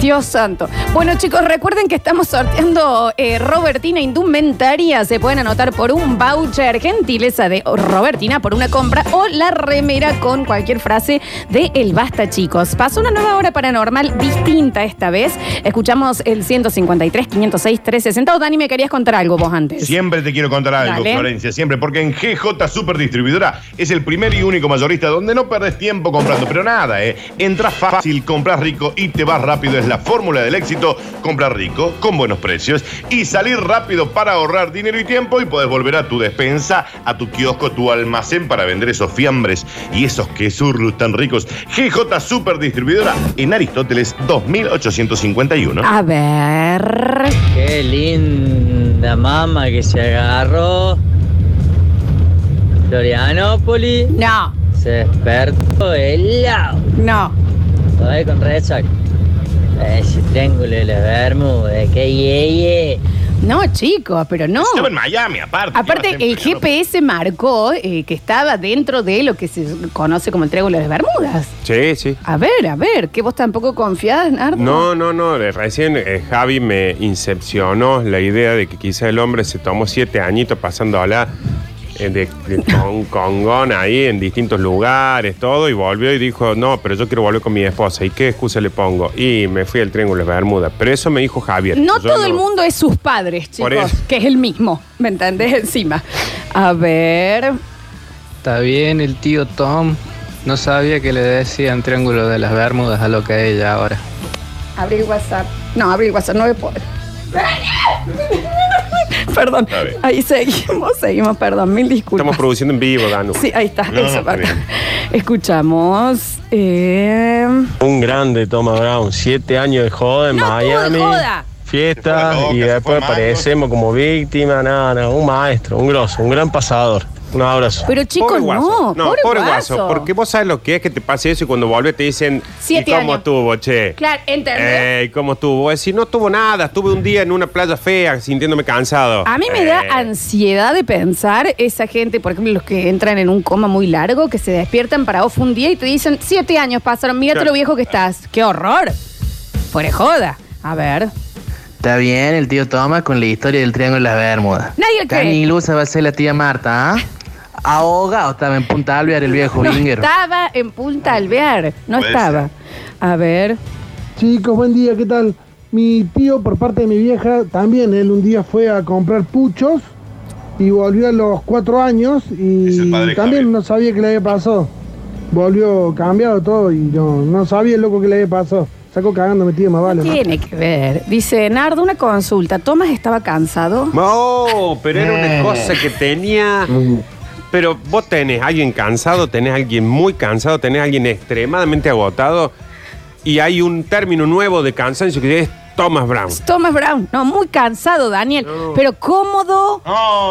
Speaker 1: Dios santo. Bueno, chicos, recuerden que estamos sorteando eh, Robertina Indumentaria. Se pueden anotar por un voucher, gentileza de Robertina, por una compra o la remera con cualquier frase de El Basta, chicos. Pasó una nueva hora paranormal distinta esta vez. Escuchamos el 153, 506, 360. O Oh, Dani, me querías contar algo vos antes.
Speaker 5: Siempre te quiero contar algo,
Speaker 1: Dale.
Speaker 5: Florencia, siempre, porque en GJ Super Distribuidora es el primer y único mayorista donde no perdes tiempo comprando, pero nada, ¿eh? Entras fácil, compras rico y te vas rápido. Es la fórmula del éxito, comprar rico, con buenos precios y salir rápido para ahorrar dinero y tiempo y podés volver a tu despensa, a tu kiosco, tu almacén para vender esos fiambres y esos quesurros tan ricos. GJ Super Distribuidora en Aristóteles 2851.
Speaker 1: A ver.
Speaker 7: Qué linda mama que se agarró. Florianópolis
Speaker 1: No,
Speaker 7: se despertó helado.
Speaker 1: no.
Speaker 7: Todavía con resaca. Ese triángulo de las Bermudas, que yeye.
Speaker 1: No, chicos, pero no.
Speaker 5: Estaba en Miami, aparte.
Speaker 1: Aparte, el GPS marcó eh, que estaba dentro de lo que se conoce como el Triángulo de las Bermudas.
Speaker 3: Sí, sí.
Speaker 1: A ver, a ver, que vos tampoco confiás, Nardo.
Speaker 3: No, no, no. eh, Recién eh, Javi me incepcionó la idea de que quizá el hombre se tomó siete añitos pasando a la eh, de, de con- (laughs) congón ahí en distintos lugares, todo, y volvió y dijo, no, pero yo quiero volver con mi esposa. ¿Y qué excusa le pongo? Y me fui al Triángulo de Bermuda. Pero eso me dijo Javier.
Speaker 1: No
Speaker 3: Yo
Speaker 1: todo el mundo es sus padres,
Speaker 3: Por
Speaker 1: chicos,
Speaker 3: eso.
Speaker 1: que es el mismo, ¿me entendés? Encima. A ver,
Speaker 8: Está bien, el tío Tom no sabía que le decían Triángulo de las Bermudas a lo que ella ahora.
Speaker 1: abrí el WhatsApp. No, abrí el WhatsApp, no me puedo. (laughs) perdón,
Speaker 5: Está bien.
Speaker 1: ahí seguimos, seguimos, perdón, mil
Speaker 3: Estamos
Speaker 1: disculpas.
Speaker 3: produciendo en vivo, Danu.
Speaker 1: Sí, ahí está,
Speaker 5: No,
Speaker 1: eso,
Speaker 5: está
Speaker 1: va.
Speaker 5: bien.
Speaker 1: Escuchamos. eh,
Speaker 9: Un grande Thomas Brown, siete años de joda en
Speaker 1: No estuvo de
Speaker 9: Miami.
Speaker 1: joda.
Speaker 5: Se fue a
Speaker 9: Fiesta
Speaker 5: la boca,
Speaker 9: y
Speaker 5: se fue a
Speaker 9: después
Speaker 5: Marcos.
Speaker 9: aparecemos como víctima, nada, nada, un maestro, un grosso, un gran pasador. Un abrazo.
Speaker 1: Pero chicos,
Speaker 3: Pobre
Speaker 1: no,
Speaker 3: guaso.
Speaker 1: no, pobre, guaso.
Speaker 3: Porque vos sabés lo que es que te pase eso y cuando vuelves te dicen,
Speaker 1: Siete
Speaker 3: ¿y cómo
Speaker 1: años.
Speaker 3: estuvo, che?
Speaker 1: Claro, ¿entendés?
Speaker 3: Ey, ¿cómo estuvo? Es decir, no tuvo nada. Estuve un día en una playa fea sintiéndome cansado.
Speaker 1: A mí me da
Speaker 3: Eh,
Speaker 1: ansiedad de pensar esa gente, por ejemplo, los que entran en un coma muy largo, que se despiertan para off un día y te dicen, siete años pasaron, mírate
Speaker 3: Claro.
Speaker 1: lo viejo que estás. ¡Qué horror! Fuera de joda. A ver.
Speaker 8: Está bien, el tío Thomas con la historia del Triángulo de las Bermudas.
Speaker 1: Nadie le cree.
Speaker 8: Tan ilusa va a ser la tía Marta, ¿ah? Ahogado estaba en Punta Alvear el viejo
Speaker 1: No
Speaker 8: vinguero.
Speaker 1: estaba en Punta Alvear. No
Speaker 5: Puede
Speaker 1: estaba. A ver.
Speaker 10: Chicos, buen día, ¿qué tal? Mi tío, por parte de mi vieja, también él un día fue a comprar puchos y volvió a los cuatro años
Speaker 5: Es el
Speaker 10: y
Speaker 5: padre de Javier.
Speaker 10: también no sabía qué le había pasado. Volvió cambiado todo y no, no sabía el loco que le había pasado. Sacó cagando mi tío, más vale. ¿no?
Speaker 1: Tiene que ver. Dice, Nardo, una consulta. Tomás estaba cansado.
Speaker 3: No, pero era una cosa que tenía. Pero vos tenés a alguien cansado, tenés a alguien muy cansado, tenés a alguien extremadamente agotado. Y hay un término nuevo de cansancio que es Thomas Brown.
Speaker 1: Thomas Brown. No, muy cansado, Daniel. Pero cómodo.
Speaker 5: No,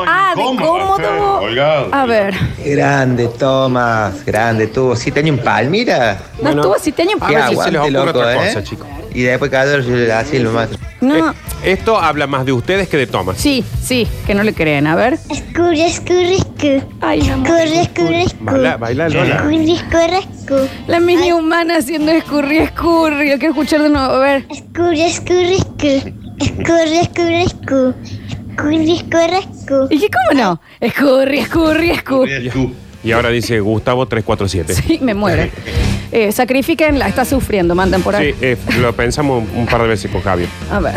Speaker 1: ah, de
Speaker 5: incómodo,
Speaker 1: cómodo.
Speaker 5: sí, colgado.
Speaker 1: A ver.
Speaker 11: Grande, Tomás, grande, tuvo siete años en Palmira.
Speaker 1: No
Speaker 3: Bueno,
Speaker 1: estuvo si tenía un
Speaker 3: A
Speaker 11: Qué
Speaker 3: ver si se les
Speaker 11: aguante,
Speaker 3: ocurre
Speaker 11: loco,
Speaker 3: otra
Speaker 11: ¿eh?
Speaker 3: cosa, chicos.
Speaker 11: Y después cada uno así lo más.
Speaker 1: No.
Speaker 3: Eh, esto habla más de ustedes que de Thomas.
Speaker 1: Sí, sí, que no le creen. A ver.
Speaker 10: Escurre, escurre, escurre.
Speaker 1: Ay, la,
Speaker 10: Escurre, escurre,
Speaker 3: Baila, baila, Lola.
Speaker 10: escurre, escurre.
Speaker 1: la mini humana haciendo escurri, escurri. Lo quiero escuchar de nuevo. A ver.
Speaker 10: Escurre, escurre, escurre. Escurre, escurre, escurre. Escurre, escurre, escurre.
Speaker 1: ¿Y qué cómo no? Escurri, escurri, escurri.
Speaker 5: Eres tú.
Speaker 3: Y ahora dice Gustavo 347.
Speaker 1: Sí, me muero. Eh, sacrifiquenla, está sufriendo, mandan por ahí.
Speaker 3: Sí, eh, lo pensamos un par de veces con Javier.
Speaker 1: A ver.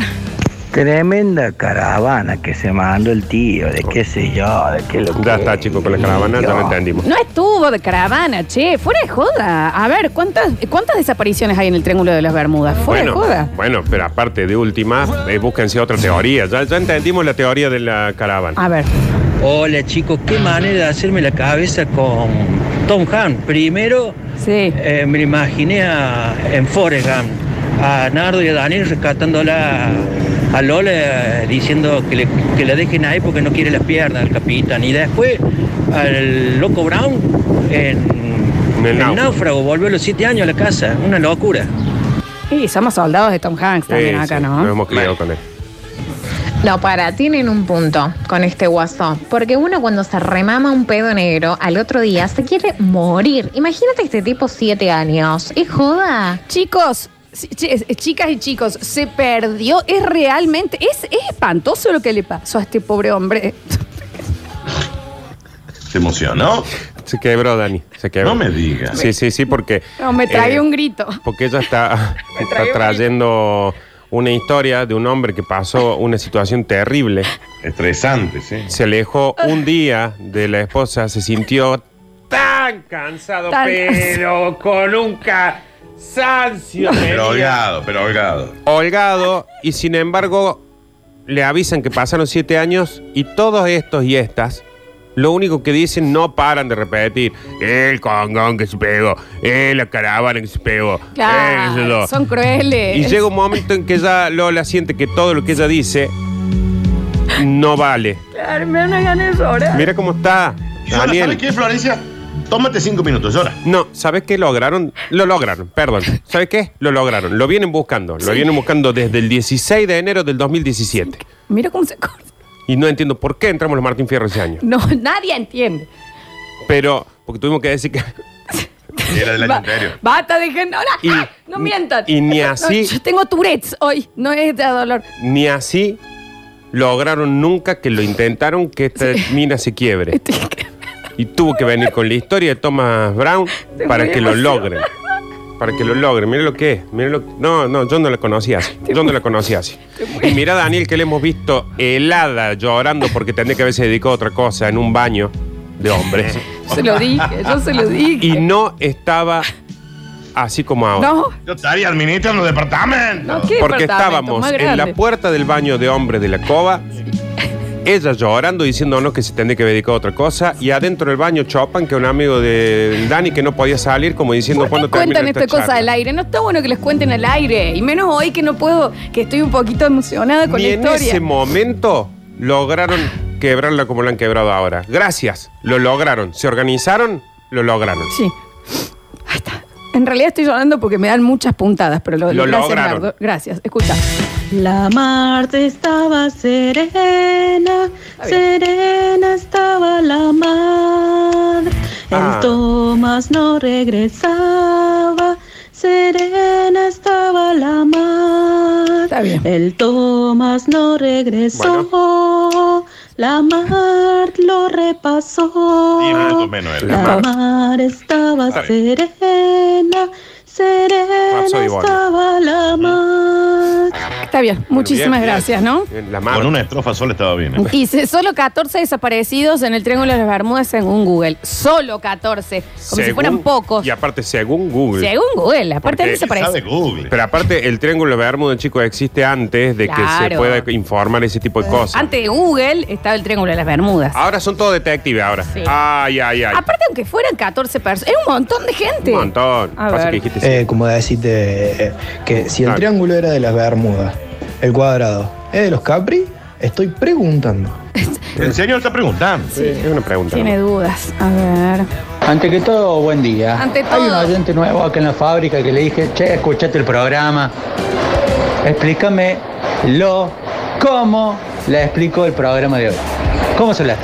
Speaker 11: Tremenda caravana que se mandó el tío, de qué sé yo, de qué lo
Speaker 3: Ya está, chicos, con la caravana ya lo entendimos.
Speaker 1: No estuvo de caravana, che, fuera de joda. A ver, ¿cuántas, cuántas desapariciones hay en el Triángulo de las Bermudas? Fuera
Speaker 3: Bueno,
Speaker 1: de joda.
Speaker 3: bueno, pero aparte de última, eh, búsquense otra teoría. Ya, ya entendimos la teoría de la caravana.
Speaker 1: A ver.
Speaker 7: Hola chicos, qué manera de hacerme la cabeza con Tom Hanks. Primero
Speaker 1: Sí.
Speaker 7: eh, me lo imaginé a, Ah, en Forrest Gump, Ah, a Nardo y a Daniel rescatándola a Lola eh, diciendo que, le- que la dejen ahí porque no quiere las piernas al capitán. Y después al loco Brown
Speaker 1: Ah,
Speaker 7: en,
Speaker 3: En el
Speaker 7: El
Speaker 3: náufrago.
Speaker 7: náufrago, volvió a los siete años a la casa, una locura.
Speaker 1: Y somos soldados de Tom Hanks también
Speaker 3: Sí,
Speaker 1: acá,
Speaker 3: sí,
Speaker 1: ¿no?
Speaker 3: Nos hemos criado con él.
Speaker 10: No, para, tienen un punto con este guasón. Porque uno cuando se remama un pedo negro, al otro día se quiere morir. Imagínate este tipo siete años. Es joda.
Speaker 1: Chicos, si- chi- eh, chicas y chicos, se perdió. Es realmente, es, es espantoso lo que le pasó a este pobre hombre. (laughs)
Speaker 5: ¿Se emocionó?
Speaker 3: Se quebró, Dani. Se quebró.
Speaker 5: No me digas.
Speaker 3: Sí, sí, sí, porque.
Speaker 1: No, me trae
Speaker 3: eh,
Speaker 1: un grito.
Speaker 3: Porque ella
Speaker 1: (laughs)
Speaker 3: está, está
Speaker 1: trae un
Speaker 3: trayendo una historia de un hombre que pasó una situación terrible.
Speaker 5: Estresante, sí.
Speaker 3: Se alejó un día de la esposa, se sintió tan cansado,
Speaker 1: Tan-
Speaker 3: pero con un cansancio.
Speaker 5: Pero
Speaker 3: tenía.
Speaker 5: holgado, pero holgado.
Speaker 3: holgado y sin embargo le avisan que pasaron siete años y todos estos y estas lo único que dicen no paran de repetir el congón que se pegó, eh, la caravana que se pegó. eh, qué sé yo".
Speaker 1: Claro, son crueles.
Speaker 3: Y llega un momento en que ya Lola siente que todo lo que ella dice no vale.
Speaker 1: Claro, me dan ganas de llorar.
Speaker 3: Mira cómo está.
Speaker 5: ¿Y ahora
Speaker 3: Daniel.
Speaker 5: sabes qué, Florencia? Tómate cinco minutos, llora.
Speaker 3: No, ¿sabes qué lograron? Lo lograron, perdón. ¿Sabes qué? Lo lograron. Lo vienen buscando. Lo vienen buscando desde el 16 de enero del 2017.
Speaker 1: Mira cómo se corta.
Speaker 3: Y no entiendo por qué entramos los Martín Fierro ese año.
Speaker 1: No, (laughs) nadie entiende.
Speaker 3: Pero, porque tuvimos que decir que.
Speaker 5: Era del año anterior.
Speaker 1: Bata, dejen. ¡Hola!
Speaker 3: Y-
Speaker 1: ¡Ah! No mientan.
Speaker 3: y ni
Speaker 1: (laughs) No,
Speaker 3: así-
Speaker 1: yo tengo Tourette's hoy. No es de dolor.
Speaker 3: Ni así lograron nunca que lo intentaron que esta mina se quiebre.
Speaker 1: Este,
Speaker 3: Y tuvo que venir con la historia de Thomas Brown
Speaker 1: Estoy
Speaker 3: para
Speaker 1: muy
Speaker 3: que lo
Speaker 1: emocionada.
Speaker 3: logren. Para que lo logren. Mire lo que es. mire lo- No, no, yo no la conocía así. Yo no la conocía así. Y mira a Daniel que le hemos visto helada llorando porque tendría que haberse dedicado a otra cosa en un baño de hombres.
Speaker 1: Se lo dije, yo se lo dije.
Speaker 3: Y no estaba así como ahora.
Speaker 1: No,
Speaker 5: Yo estaría administrando los departamentos.
Speaker 1: no, ¿qué departamento
Speaker 3: Porque estábamos
Speaker 1: más
Speaker 3: en la
Speaker 1: grande?
Speaker 3: puerta del baño de hombres de la cova, ella llorando, diciéndonos que se tendría que dedicar a otra cosa, y adentro del baño Chopan, que un amigo de Dani que no podía salir, como diciendo
Speaker 1: ¿Por
Speaker 3: cuando
Speaker 1: qué cuentan esta cosa al aire? No está bueno que les cuenten al aire. Y menos hoy que no puedo, que estoy un poquito emocionada con
Speaker 3: Y
Speaker 1: la
Speaker 3: en
Speaker 1: historia.
Speaker 3: ese momento lograron quebrarla como la han quebrado ahora. Gracias, lo lograron. Se organizaron, lo lograron.
Speaker 1: Sí. Ahí está. En realidad estoy llorando porque me dan muchas puntadas, pero lo,
Speaker 3: Lo
Speaker 1: gracias,
Speaker 3: lograron.
Speaker 1: Nardo. Gracias. Escucha.
Speaker 12: La mar estaba serena, serena estaba la mar.
Speaker 3: Ah.
Speaker 12: El Tomás no regresaba, serena estaba la mar. El Tomás no regresó, la mar lo repasó.
Speaker 5: Diez minutos menos era.
Speaker 12: La mar estaba
Speaker 5: Está
Speaker 12: serena, serena
Speaker 3: Rapsodio Bono.
Speaker 12: estaba la mar.
Speaker 1: Está bien. Muchísimas gracias, ¿no?
Speaker 3: La
Speaker 5: Con una estrofa sola estaba bien. ¿eh?
Speaker 1: Y se- solo 14 desaparecidos en el Triángulo de las Bermudas según Google. Solo 14. Como si
Speaker 3: Según-
Speaker 1: fueran pocos.
Speaker 3: Y aparte, según Google.
Speaker 1: Según Google. Aparte
Speaker 3: Porque
Speaker 1: ahí desaparece.
Speaker 5: Google.
Speaker 3: Pero aparte, el triángulo de Bermuda, chico, existe antes de que se
Speaker 1: Claro.
Speaker 3: pueda informar ese tipo de cosas.
Speaker 1: Antes de Google estaba el Triángulo de las Bermudas.
Speaker 3: Ahora son todos detectives ahora.
Speaker 1: Sí.
Speaker 3: Ay, ay, ay.
Speaker 1: Aparte, aunque fueran 14 personas, es un montón de gente.
Speaker 3: Un montón.
Speaker 1: A
Speaker 3: Pasa
Speaker 1: ver.
Speaker 3: que dijiste sí.
Speaker 13: Eh, como decirte eh, que si el
Speaker 3: Claro.
Speaker 13: triángulo era de las Bermudas, el cuadrado es de los Capri, estoy preguntando.
Speaker 5: El señor está preguntando.
Speaker 1: Sí.
Speaker 3: Es una pregunta.
Speaker 1: Tiene dudas. A ver.
Speaker 14: Ante que todo, buen día.
Speaker 1: Ante
Speaker 14: Hay un
Speaker 1: todo.
Speaker 14: oyente nuevo acá en la fábrica que le dije, che, escuchate el programa. Explícame lo, cómo le explico el programa de hoy. ¿Cómo se lo hace?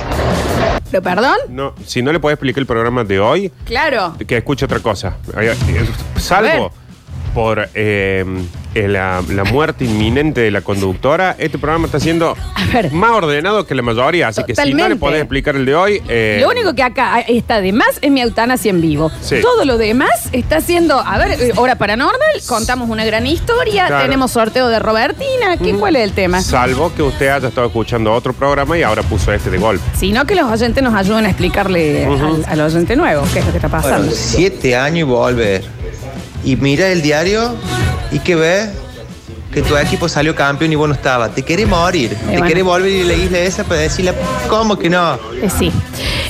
Speaker 1: ¿Pero perdón?
Speaker 3: No, si no le puedes explicar el programa de hoy,
Speaker 1: Claro.
Speaker 3: que escuche otra cosa. Ay, ay, Salvo por eh, eh, la, la muerte inminente de la conductora, este programa está siendo más ordenado que la mayoría. Así que si no le
Speaker 1: Totalmente.
Speaker 3: podés explicar el de hoy, eh,
Speaker 1: Lo único que acá está de más es mi eutanasia en vivo.
Speaker 3: Sí.
Speaker 1: Todo lo demás está haciendo, a ver, eh, hora paranormal, contamos una gran historia,
Speaker 3: Claro. Mm.
Speaker 1: tenemos sorteo de Robertina, ¿qué, ¿cuál es el tema?
Speaker 3: salvo que usted haya estado escuchando otro programa y ahora puso este de golpe.
Speaker 1: Sino que los oyentes nos ayuden a explicarle al- al, oyente nuevo qué es lo que está pasando.
Speaker 15: Bueno, siete años y volver. Y mira el diario y que ves que tu equipo salió campeón y vos no estabas. Te querés morir. te
Speaker 1: bueno.
Speaker 15: querés volver y la isla esa para decirle, ¿cómo que no?
Speaker 1: Eh, sí.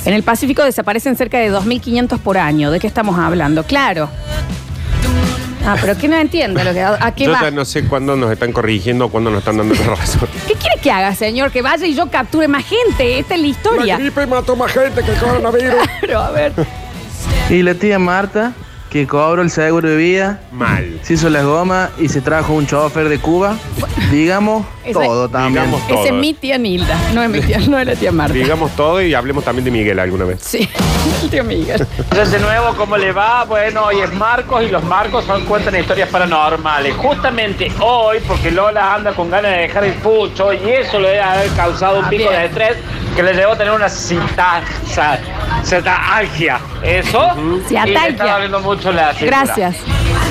Speaker 1: En el Pacífico desaparecen cerca de 2.500 por año. ¿De qué estamos hablando? Claro. Ah, pero que no entiendo lo que, a qué
Speaker 3: Yo
Speaker 1: va.
Speaker 3: ya no sé cuándo nos están corrigiendo o cuándo nos están dando
Speaker 1: (laughs)
Speaker 3: la razón.
Speaker 1: ¿Qué quiere que haga, señor? Que vaya y yo capture más gente. Esta es la historia. (laughs)
Speaker 3: mató más gente que el coronavirus.
Speaker 1: Claro, a ver.
Speaker 16: Y la tía Marta, que cobró el seguro de vida,
Speaker 3: Mal.
Speaker 16: se hizo las gomas y se trajo un chofer de Cuba. Digamos
Speaker 1: Esa-
Speaker 16: todo también.
Speaker 3: Digamos
Speaker 1: Esa es
Speaker 3: todo.
Speaker 1: mi tía Nilda. No es mi tía, no es la tía Marta.
Speaker 3: Digamos todo y hablemos también de Miguel alguna vez.
Speaker 1: Sí, (laughs) el tío Miguel.
Speaker 17: Entonces, de nuevo, ¿cómo le va? Bueno, hoy es Marcos y los Marcos son cuentan historias paranormales. Justamente hoy, porque Lola anda con ganas de dejar el pucho y eso le debe haber causado un
Speaker 1: Ah,
Speaker 17: pico
Speaker 1: bien.
Speaker 17: de estrés que le llevó a tener una citaza, citatalgia. ¿Eso? Y
Speaker 1: Ciatalgia.
Speaker 17: le está doliendo mucho la cintura.
Speaker 1: Gracias.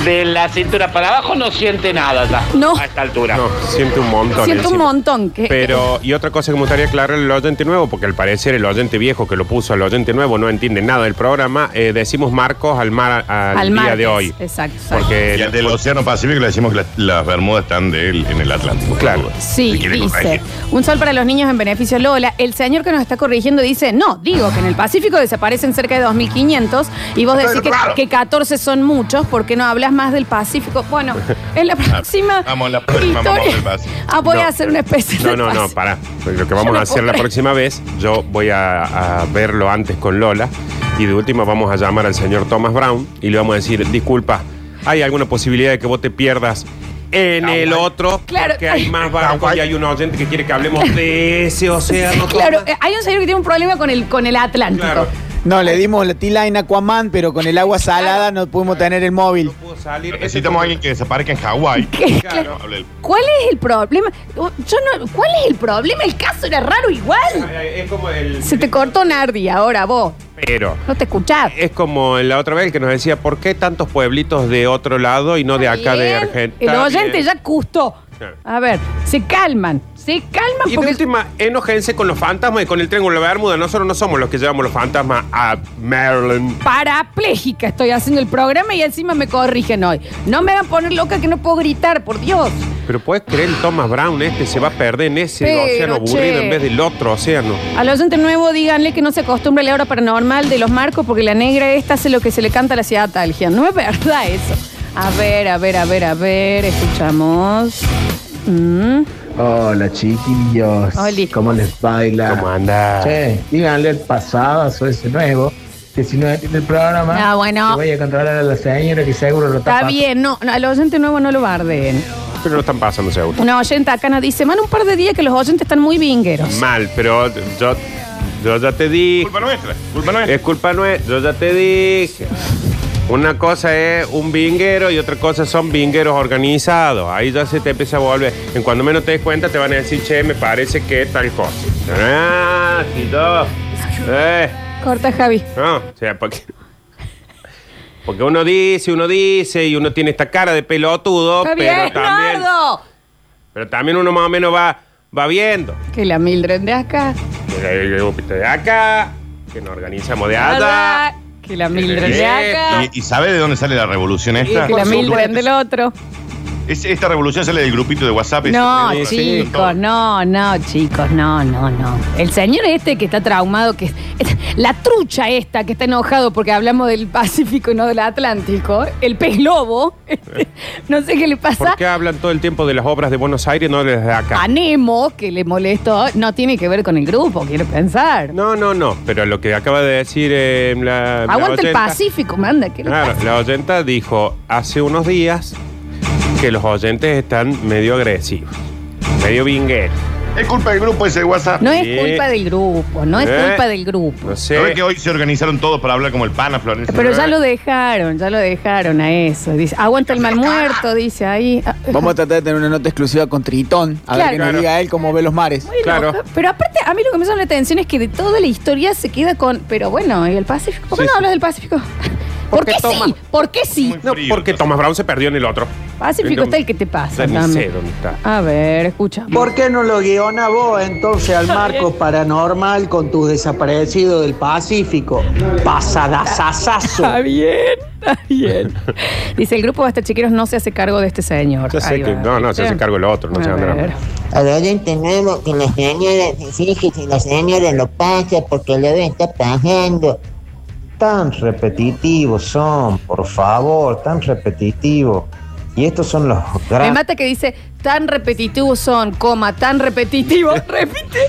Speaker 17: De la cintura para abajo no siente nada ya.
Speaker 1: No.
Speaker 17: A esta altura.
Speaker 3: No, siento un montón.
Speaker 1: Siento un
Speaker 3: encima.
Speaker 1: montón. Que,
Speaker 3: Pero, y otra cosa que me gustaría aclarar el oyente nuevo, porque al parecer el oyente viejo que lo puso al oyente nuevo no entiende nada del programa, eh, decimos Marcos al, mar, al,
Speaker 1: al
Speaker 3: día
Speaker 1: martes.
Speaker 3: de hoy.
Speaker 1: Exacto. exacto.
Speaker 3: Porque
Speaker 5: Y al del Océano Pacífico le decimos que las, las Bermudas están de él en el Atlántico. Claro.
Speaker 1: Sí, dice. Un sol para los niños en beneficio Lola. El señor que nos está corrigiendo dice, no, digo que en el Pacífico desaparecen cerca de 2.500 y vos decís que, que 14 son muchos, ¿por qué no hablas islas más del Pacífico.
Speaker 5: (laughs)
Speaker 1: Bueno, en la próxima.
Speaker 5: Ah, Vamos a la próxima, vamos
Speaker 1: historia-
Speaker 5: al Pacífico.
Speaker 1: Ah, voy
Speaker 3: No.
Speaker 1: a hacer una especie
Speaker 3: No,
Speaker 1: de
Speaker 3: no, no,
Speaker 1: Pacífico.
Speaker 3: pará. Lo que
Speaker 1: Yo
Speaker 3: vamos
Speaker 1: no
Speaker 3: a hacer
Speaker 1: puedo
Speaker 3: la
Speaker 1: creer.
Speaker 3: próxima vez, yo voy a, a verlo antes con Lola y de última vamos a llamar al señor Thomas Brown y le vamos a decir, disculpa, ¿hay alguna posibilidad de que vos te pierdas en el otro?
Speaker 1: Claro.
Speaker 3: Porque hay más barcos y hay un oyente que quiere que hablemos de ese océano.
Speaker 1: (laughs) Claro, eh, hay un señor que tiene un problema con el, con el Atlántico.
Speaker 4: No, le dimos la T-Line Aquaman, pero con el agua salada no pudimos tener el
Speaker 1: eh.
Speaker 4: móvil.
Speaker 5: Necesitamos a alguien que desaparezca
Speaker 1: (laughs)
Speaker 5: en Hawái.
Speaker 1: ¿Qué?
Speaker 5: Claro. Hable el-
Speaker 1: ¿Cuál es el problema? Oh, Yo no, ¿Cuál es el problema? El caso era raro igual.
Speaker 3: eh, Es como el...
Speaker 1: Se te cortó Nardi ahora vos.
Speaker 3: Pero...
Speaker 1: No te escuchás.
Speaker 3: Es como la otra vez el que nos decía, ¿por qué tantos pueblitos de otro lado y no de acá de
Speaker 1: Bien,
Speaker 3: Argentina?
Speaker 1: El
Speaker 3: Está
Speaker 1: oyente
Speaker 3: bien.
Speaker 1: ya custó.
Speaker 3: Claro.
Speaker 1: A ver, se calman. Se calman
Speaker 3: Y de
Speaker 1: porque.
Speaker 3: última, enojense con los fantasmas y con el Triángulo de Bermuda. Nosotros no somos los que llevamos los fantasmas a Maryland.
Speaker 1: Parapléjica estoy haciendo el programa y encima me corrigen hoy. No me van a poner loca que no puedo gritar, por Dios.
Speaker 3: Pero puedes creer, el Thomas Brown este se va a perder en ese
Speaker 1: Pero,
Speaker 3: océano aburrido
Speaker 1: che.
Speaker 3: en vez del otro océano.
Speaker 1: Al oyente nuevo, díganle que no se acostumbre a la hora paranormal de los marcos porque la negra esta hace lo que se le canta a la ciudad talgia. No es verdad eso. A ver, a ver, a ver, a ver, escuchamos. Mm.
Speaker 11: Hola chiquillos.
Speaker 1: Oli.
Speaker 11: ¿Cómo les baila?
Speaker 3: ¿Cómo andás?
Speaker 11: Che, díganle el pasado a ese nuevo que si no entiende el programa,
Speaker 1: Ah, bueno.
Speaker 11: que vaya a controlar a la señora que seguro lo
Speaker 1: Está
Speaker 11: pasando.
Speaker 1: bien, no, no, al oyente nuevo no lo bardeen.
Speaker 3: Pero no están pasando seguro.
Speaker 1: Una oyenta acá nos dice, man, un par de días que los oyentes están muy vingueros.
Speaker 3: Mal, pero yo, yo ya te dije.
Speaker 5: Culpa nuestra, culpa nuestra.
Speaker 3: Es culpa nuestra. Yo ya te dije. Una cosa es un vinguero y otra cosa son vingueros organizados. Ahí ya se te empieza a volver. En cuando menos te des cuenta te van a decir, che, me parece que tal cosa. Ah, si yo- eh.
Speaker 1: Corta, Javi.
Speaker 3: No, o sea, porque. Porque uno dice, uno dice, y uno tiene esta cara de pelotudo,
Speaker 1: Está bien,
Speaker 3: pero también,
Speaker 1: Nardo.
Speaker 3: pero también uno más o menos va, va viendo. eh,
Speaker 1: Que la Mildred de acá.
Speaker 3: Que la- el grupito de acá, que nos organizamos de allá.
Speaker 1: Narda, Que la Mildred de
Speaker 5: Eh,
Speaker 1: acá.
Speaker 5: ¿Y, y sabe de dónde sale la revolución
Speaker 1: Y
Speaker 5: esta?
Speaker 1: que la Mildred del otro.
Speaker 5: Es- esta revolución sale del grupito de WhatsApp. ese
Speaker 1: No,
Speaker 5: que-
Speaker 1: chicos, no, no, chicos, no, no, no. El señor este que está traumado, que es- la trucha esta que está enojado porque hablamos del Pacífico y no del Atlántico, el pez lobo, (laughs) no sé qué le pasa
Speaker 3: ¿Por qué hablan todo el tiempo de las obras de Buenos Aires y no de las de acá?
Speaker 1: a Nemo, que le molestó, no tiene que ver con el grupo, quiero pensar.
Speaker 3: No, no, no, pero lo que acaba de decir eh, la. la
Speaker 1: Aguanta el
Speaker 3: oyenta-
Speaker 1: Pacífico, manda, que le
Speaker 3: Claro,
Speaker 1: pasa?
Speaker 3: la oyenta dijo hace unos días que los oyentes están medio agresivos, medio vingueros.
Speaker 5: Es culpa del grupo ese de WhatsApp.
Speaker 1: No es
Speaker 3: Sí.
Speaker 1: culpa del grupo, no es
Speaker 3: Eh.
Speaker 1: culpa del grupo.
Speaker 3: No
Speaker 5: ¿No
Speaker 3: sé.
Speaker 5: ves que hoy se organizaron todos para hablar como el pana, Florencia?
Speaker 1: Pero ya lo dejaron, ya lo dejaron a eso. Dice, aguanta el mal muerto, dice ahí. Ah,
Speaker 4: Vamos a tratar de tener una nota exclusiva con Tritón, a
Speaker 1: Claro.
Speaker 4: ver que nos
Speaker 1: Claro.
Speaker 4: diga él cómo ve los mares.
Speaker 3: Claro.
Speaker 1: eh, Pero aparte, a mí lo que me llama la atención es que de toda la historia se queda con. Pero bueno, ¿y el Pacífico? ¿Por qué
Speaker 3: Sí,
Speaker 1: no
Speaker 3: sí.
Speaker 1: hablas del Pacífico? ¿Por qué
Speaker 3: toma-
Speaker 1: sí? ¿Por qué sí?
Speaker 3: No, porque Thomas Brown se perdió en el otro.
Speaker 1: Pacífico
Speaker 3: Pero-
Speaker 1: está Ah, el que te pasa.
Speaker 3: Ya ni
Speaker 1: dame.
Speaker 3: sé dónde está.
Speaker 1: A ver, escucha.
Speaker 18: ¿Por qué no lo guiona vos entonces al marco paranormal con tus desaparecidos del Pacífico? Pasadasasazo.
Speaker 1: Está bien, está
Speaker 3: (laughs)
Speaker 1: bien. Dice, el grupo Basta Chiqueros no se hace cargo de este señor.
Speaker 3: Yo sé
Speaker 1: Ahí
Speaker 3: que-
Speaker 1: va,
Speaker 3: no, no,
Speaker 1: ¿viste?
Speaker 3: se hace cargo el otro, no
Speaker 1: A
Speaker 3: se anda.
Speaker 1: ver.
Speaker 19: Al oyente nuevo que la señora se fije si la señora lo pasa porque le debe estar pasando.
Speaker 11: Tan repetitivos son, por favor, tan repetitivos. Y estos son los
Speaker 1: Me
Speaker 11: grandes.
Speaker 1: mata que dice, tan repetitivos son, coma, tan repetitivos. (laughs) Repite.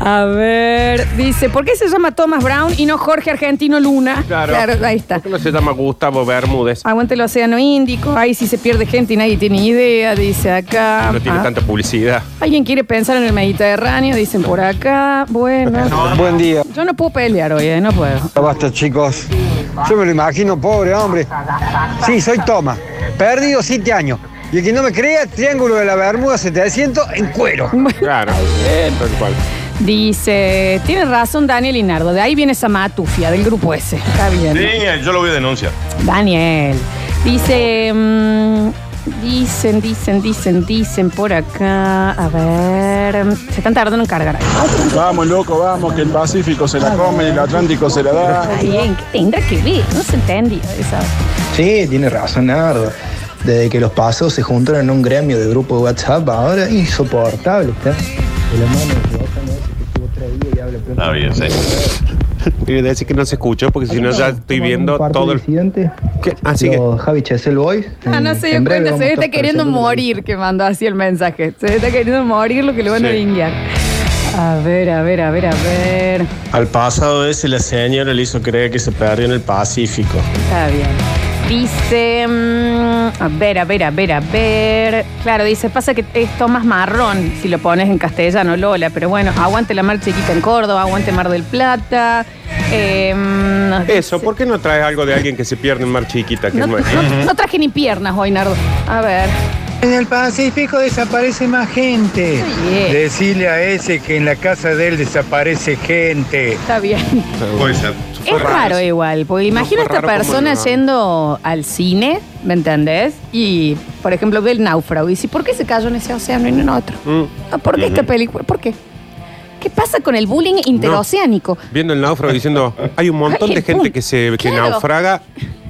Speaker 1: A ver, dice, ¿por qué se llama Thomas Brown y no Jorge Argentino Luna?
Speaker 3: Claro.
Speaker 1: ahí está.
Speaker 3: ¿Por qué no se llama Gustavo Bermúdez?
Speaker 1: Aguante el Océano Índico, ahí sí se pierde gente y nadie tiene idea, dice acá.
Speaker 3: No tiene
Speaker 1: Ah.
Speaker 3: tanta publicidad.
Speaker 1: ¿Alguien quiere pensar en el Mediterráneo? Dicen por acá.
Speaker 3: (laughs)
Speaker 1: Bueno.
Speaker 20: Buen día.
Speaker 1: Yo no puedo pelear hoy, eh, no puedo.
Speaker 20: Basta, chicos. Yo me lo imagino, pobre hombre. Sí, soy Toma. Perdido siete años. Y el que no me crea, Triángulo de la Bermuda 700 en cuero.
Speaker 3: Claro. Tal cual.
Speaker 1: Dice, tiene razón Daniel Linardo, de ahí viene esa matufia del grupo ese. Está bien.
Speaker 5: Sí, yo lo voy a denunciar.
Speaker 1: Daniel. Dice, mm, dicen, dicen, dicen, dicen por acá. A ver, se están tardando en cargar.
Speaker 21: Vamos, loco, vamos, que el Pacífico se la come y el Atlántico se la da.
Speaker 1: Está bien, ¿qué tendrá que ver? No se entendió eso.
Speaker 13: Sí, tiene razón, Nardo. Desde que los pasos se juntaron en un gremio de grupo de WhatsApp, ahora insoportable está. De la mano, de la otra, no sé qué, otra día y habla pronto.
Speaker 5: Está bien, sí.
Speaker 3: Voy a decir que no se escuchó porque si no ya estoy viendo todo el. ¿Qué? Así que. ah,
Speaker 13: Javi Chesel Boys.
Speaker 1: Ah, no se dio cuenta, se está queriendo morir que mandó así el mensaje. Se está queriendo morir lo que le van a
Speaker 15: Sí.
Speaker 1: linguear. A ver, a ver, a ver, a ver.
Speaker 9: Al pasado ese la señora le hizo creer que se perdió en el Pacífico.
Speaker 1: Está bien. Dice, mm, a ver, a ver, a ver, a ver. Claro, dice, pasa que es Tomás Marrón, si lo pones en castellano, Lola, pero bueno, aguante la mar chiquita en Córdoba, aguante Mar del Plata. eh, mm,
Speaker 3: Eso, ¿por qué no traes algo de alguien que se pierde en Mar Chiquita? Que
Speaker 1: no,
Speaker 3: es nuestro?
Speaker 1: no- no traje ni piernas hoy, Nardo. A ver.
Speaker 6: En el Pacífico desaparece más gente.
Speaker 1: Yeah.
Speaker 6: Decirle a ese que en la casa de él desaparece gente.
Speaker 1: Está bien.
Speaker 5: Puede ser.
Speaker 1: Es raro igual, porque imagina
Speaker 6: No,
Speaker 1: esta
Speaker 6: fue raro como
Speaker 1: persona
Speaker 6: lo-
Speaker 1: yendo al cine, ¿me entendés? Y, por ejemplo, ve el náufrago y dice, ¿por qué se cayó en ese océano y no en otro?
Speaker 3: Mm,
Speaker 1: Ah, ¿Por qué esta película? ¿Por qué? ¿Qué pasa con el bullying interoceánico?
Speaker 3: Viendo el náufrago diciendo, hay un montón
Speaker 1: Ay,
Speaker 3: de
Speaker 1: el
Speaker 3: gente
Speaker 1: punto.
Speaker 3: que se que
Speaker 1: Claro.
Speaker 3: naufraga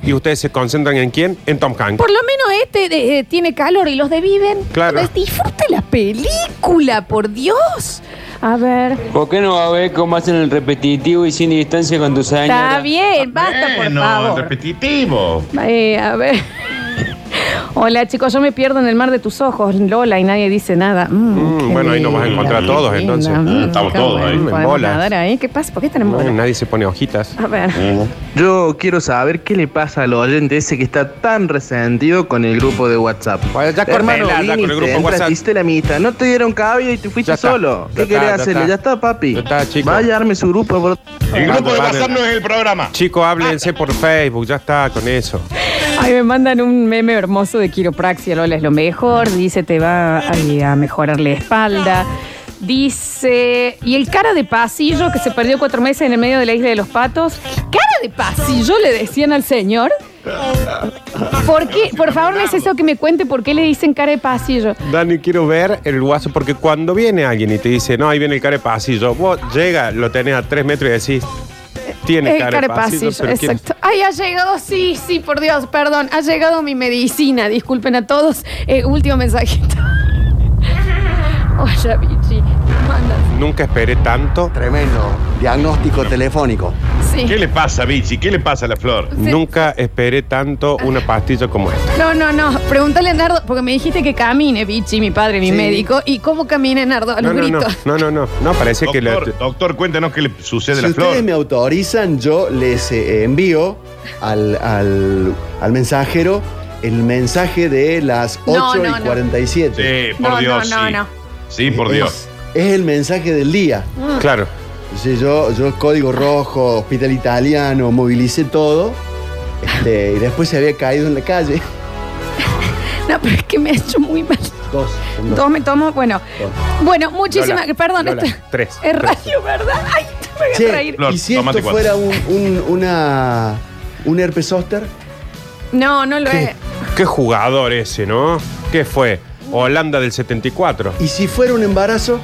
Speaker 3: y ustedes se concentran en quién? En Tom Hanks.
Speaker 1: Por lo menos este eh, eh, tiene calor y los de viven.
Speaker 3: Claro.
Speaker 1: Entonces, disfrute la película, por Dios. A ver.
Speaker 22: ¿Por qué no va a ver cómo hacen el repetitivo y sin distancia con tus años?
Speaker 1: Está bien, basta, por
Speaker 22: no,
Speaker 1: favor.
Speaker 22: repetitivo.
Speaker 1: Eh, a ver. (laughs) Hola chicos, yo me pierdo en el mar de tus ojos, Lola, y nadie dice nada. Mm, qué
Speaker 3: bueno, ahí nos vas a
Speaker 1: lindo,
Speaker 3: encontrar
Speaker 1: qué
Speaker 3: todos,
Speaker 1: lindo.
Speaker 3: entonces.
Speaker 1: Mm,
Speaker 3: Estamos
Speaker 1: qué
Speaker 3: todos ahí.
Speaker 1: podemos
Speaker 3: En bolas. Mm.
Speaker 1: nadar ahí. ¿eh? ¿Qué pasa? ¿Por qué están en
Speaker 3: No,
Speaker 1: bolas?
Speaker 3: nadie se pone hojitas.
Speaker 1: A ver.
Speaker 16: Yo quiero saber qué le pasa al oyente ese que está tan resentido con el grupo de WhatsApp.
Speaker 3: ya
Speaker 16: Hermano,
Speaker 3: cortela, ya
Speaker 16: viniste,
Speaker 3: con el grupo
Speaker 16: entraste,
Speaker 3: WhatsApp.
Speaker 16: hiciste la mitad, no te dieron cabello y te fuiste
Speaker 3: Ya está,
Speaker 16: solo.
Speaker 3: ya
Speaker 16: ¿Qué
Speaker 3: está,
Speaker 16: querés
Speaker 3: ya
Speaker 16: hacerle?
Speaker 3: está.
Speaker 16: Ya está, papi.
Speaker 3: Ya está, chico.
Speaker 16: Vaya, arme su grupo. por-
Speaker 5: El grupo de WhatsApp no es el programa.
Speaker 3: Chicos, háblense por Facebook, ya está con eso.
Speaker 1: Ay, me mandan un meme hermoso de quiropraxia, Lola, es lo mejor. Dice, te va ay, a mejorar la espalda. Dice, y el cara de pasillo que se perdió cuatro meses en el medio de la isla de los patos. ¿Cara de pasillo le decían al señor? ¿Por qué? Por favor, necesito que me cuente por qué le dicen cara de pasillo.
Speaker 3: Dani, quiero ver el guaso, porque cuando viene alguien y te dice, no, ahí viene el cara de pasillo, vos llega, lo tenés a tres metros y decís, tiene
Speaker 1: El
Speaker 3: cara de pasillo. pero ¿quién es?
Speaker 1: exacto. Ay, ha llegado, sí, sí, por Dios, perdón, ha llegado mi medicina, disculpen a todos. Eh, último mensajito. (laughs) Oye, Vichy, mandas.
Speaker 3: Nunca esperé tanto.
Speaker 23: Tremendo. Diagnóstico telefónico.
Speaker 1: Sí.
Speaker 5: ¿Qué le pasa, Vichy? ¿Qué le pasa a la flor?
Speaker 3: Nunca esperé tanto una pastilla como esta.
Speaker 1: No, no, no. Pregúntale a Nardo, porque me dijiste que camine, Vichy, mi padre, mi
Speaker 3: Sí.
Speaker 1: médico. ¿Y cómo camina Nardo? A los
Speaker 3: no, no,
Speaker 1: gritos.
Speaker 3: no, no, no, no, parece que le...
Speaker 5: Doctor, doctor, cuéntanos qué le sucede
Speaker 23: Si
Speaker 5: a la flor.
Speaker 23: ustedes me autorizan, yo les eh, envío al, al- al mensajero el mensaje de las 8
Speaker 1: No, no,
Speaker 23: y
Speaker 1: no.
Speaker 23: 47.
Speaker 5: Sí, por No, Dios, no, no, sí. no. Sí, por Dios.
Speaker 23: Es, el mensaje del día.
Speaker 1: Mm.
Speaker 3: Claro.
Speaker 23: Sí, yo, yo código rojo, hospital italiano, movilicé todo. este, y después se había caído en la calle. (laughs)
Speaker 1: No, pero es que me ha hecho muy mal.
Speaker 23: Dos. son dos.
Speaker 1: Todos me tomo. Bueno, bueno, muchísimas.
Speaker 23: Lola,
Speaker 1: perdón,
Speaker 23: Lola,
Speaker 1: esto
Speaker 3: tres,
Speaker 1: es
Speaker 23: tres.
Speaker 1: radio, ¿verdad? Ay, me voy a
Speaker 23: Che,
Speaker 1: reír.
Speaker 23: y si esto
Speaker 5: tomate cuatro.
Speaker 23: fuera un, un- una, un herpes zóster,
Speaker 1: No, no lo es.
Speaker 3: Qué jugador ese, ¿no? ¿Qué fue? Holanda del 74.
Speaker 23: y si fuera un embarazo,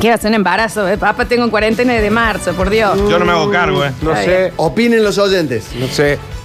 Speaker 1: ¿Qué hacer un embarazo? eh, Papá, tengo cuarentena de marzo, por Dios.
Speaker 5: Yo no me hago cargo, ¿eh?
Speaker 3: No
Speaker 1: Está
Speaker 3: sé.
Speaker 23: Opinen los oyentes.
Speaker 3: No sé.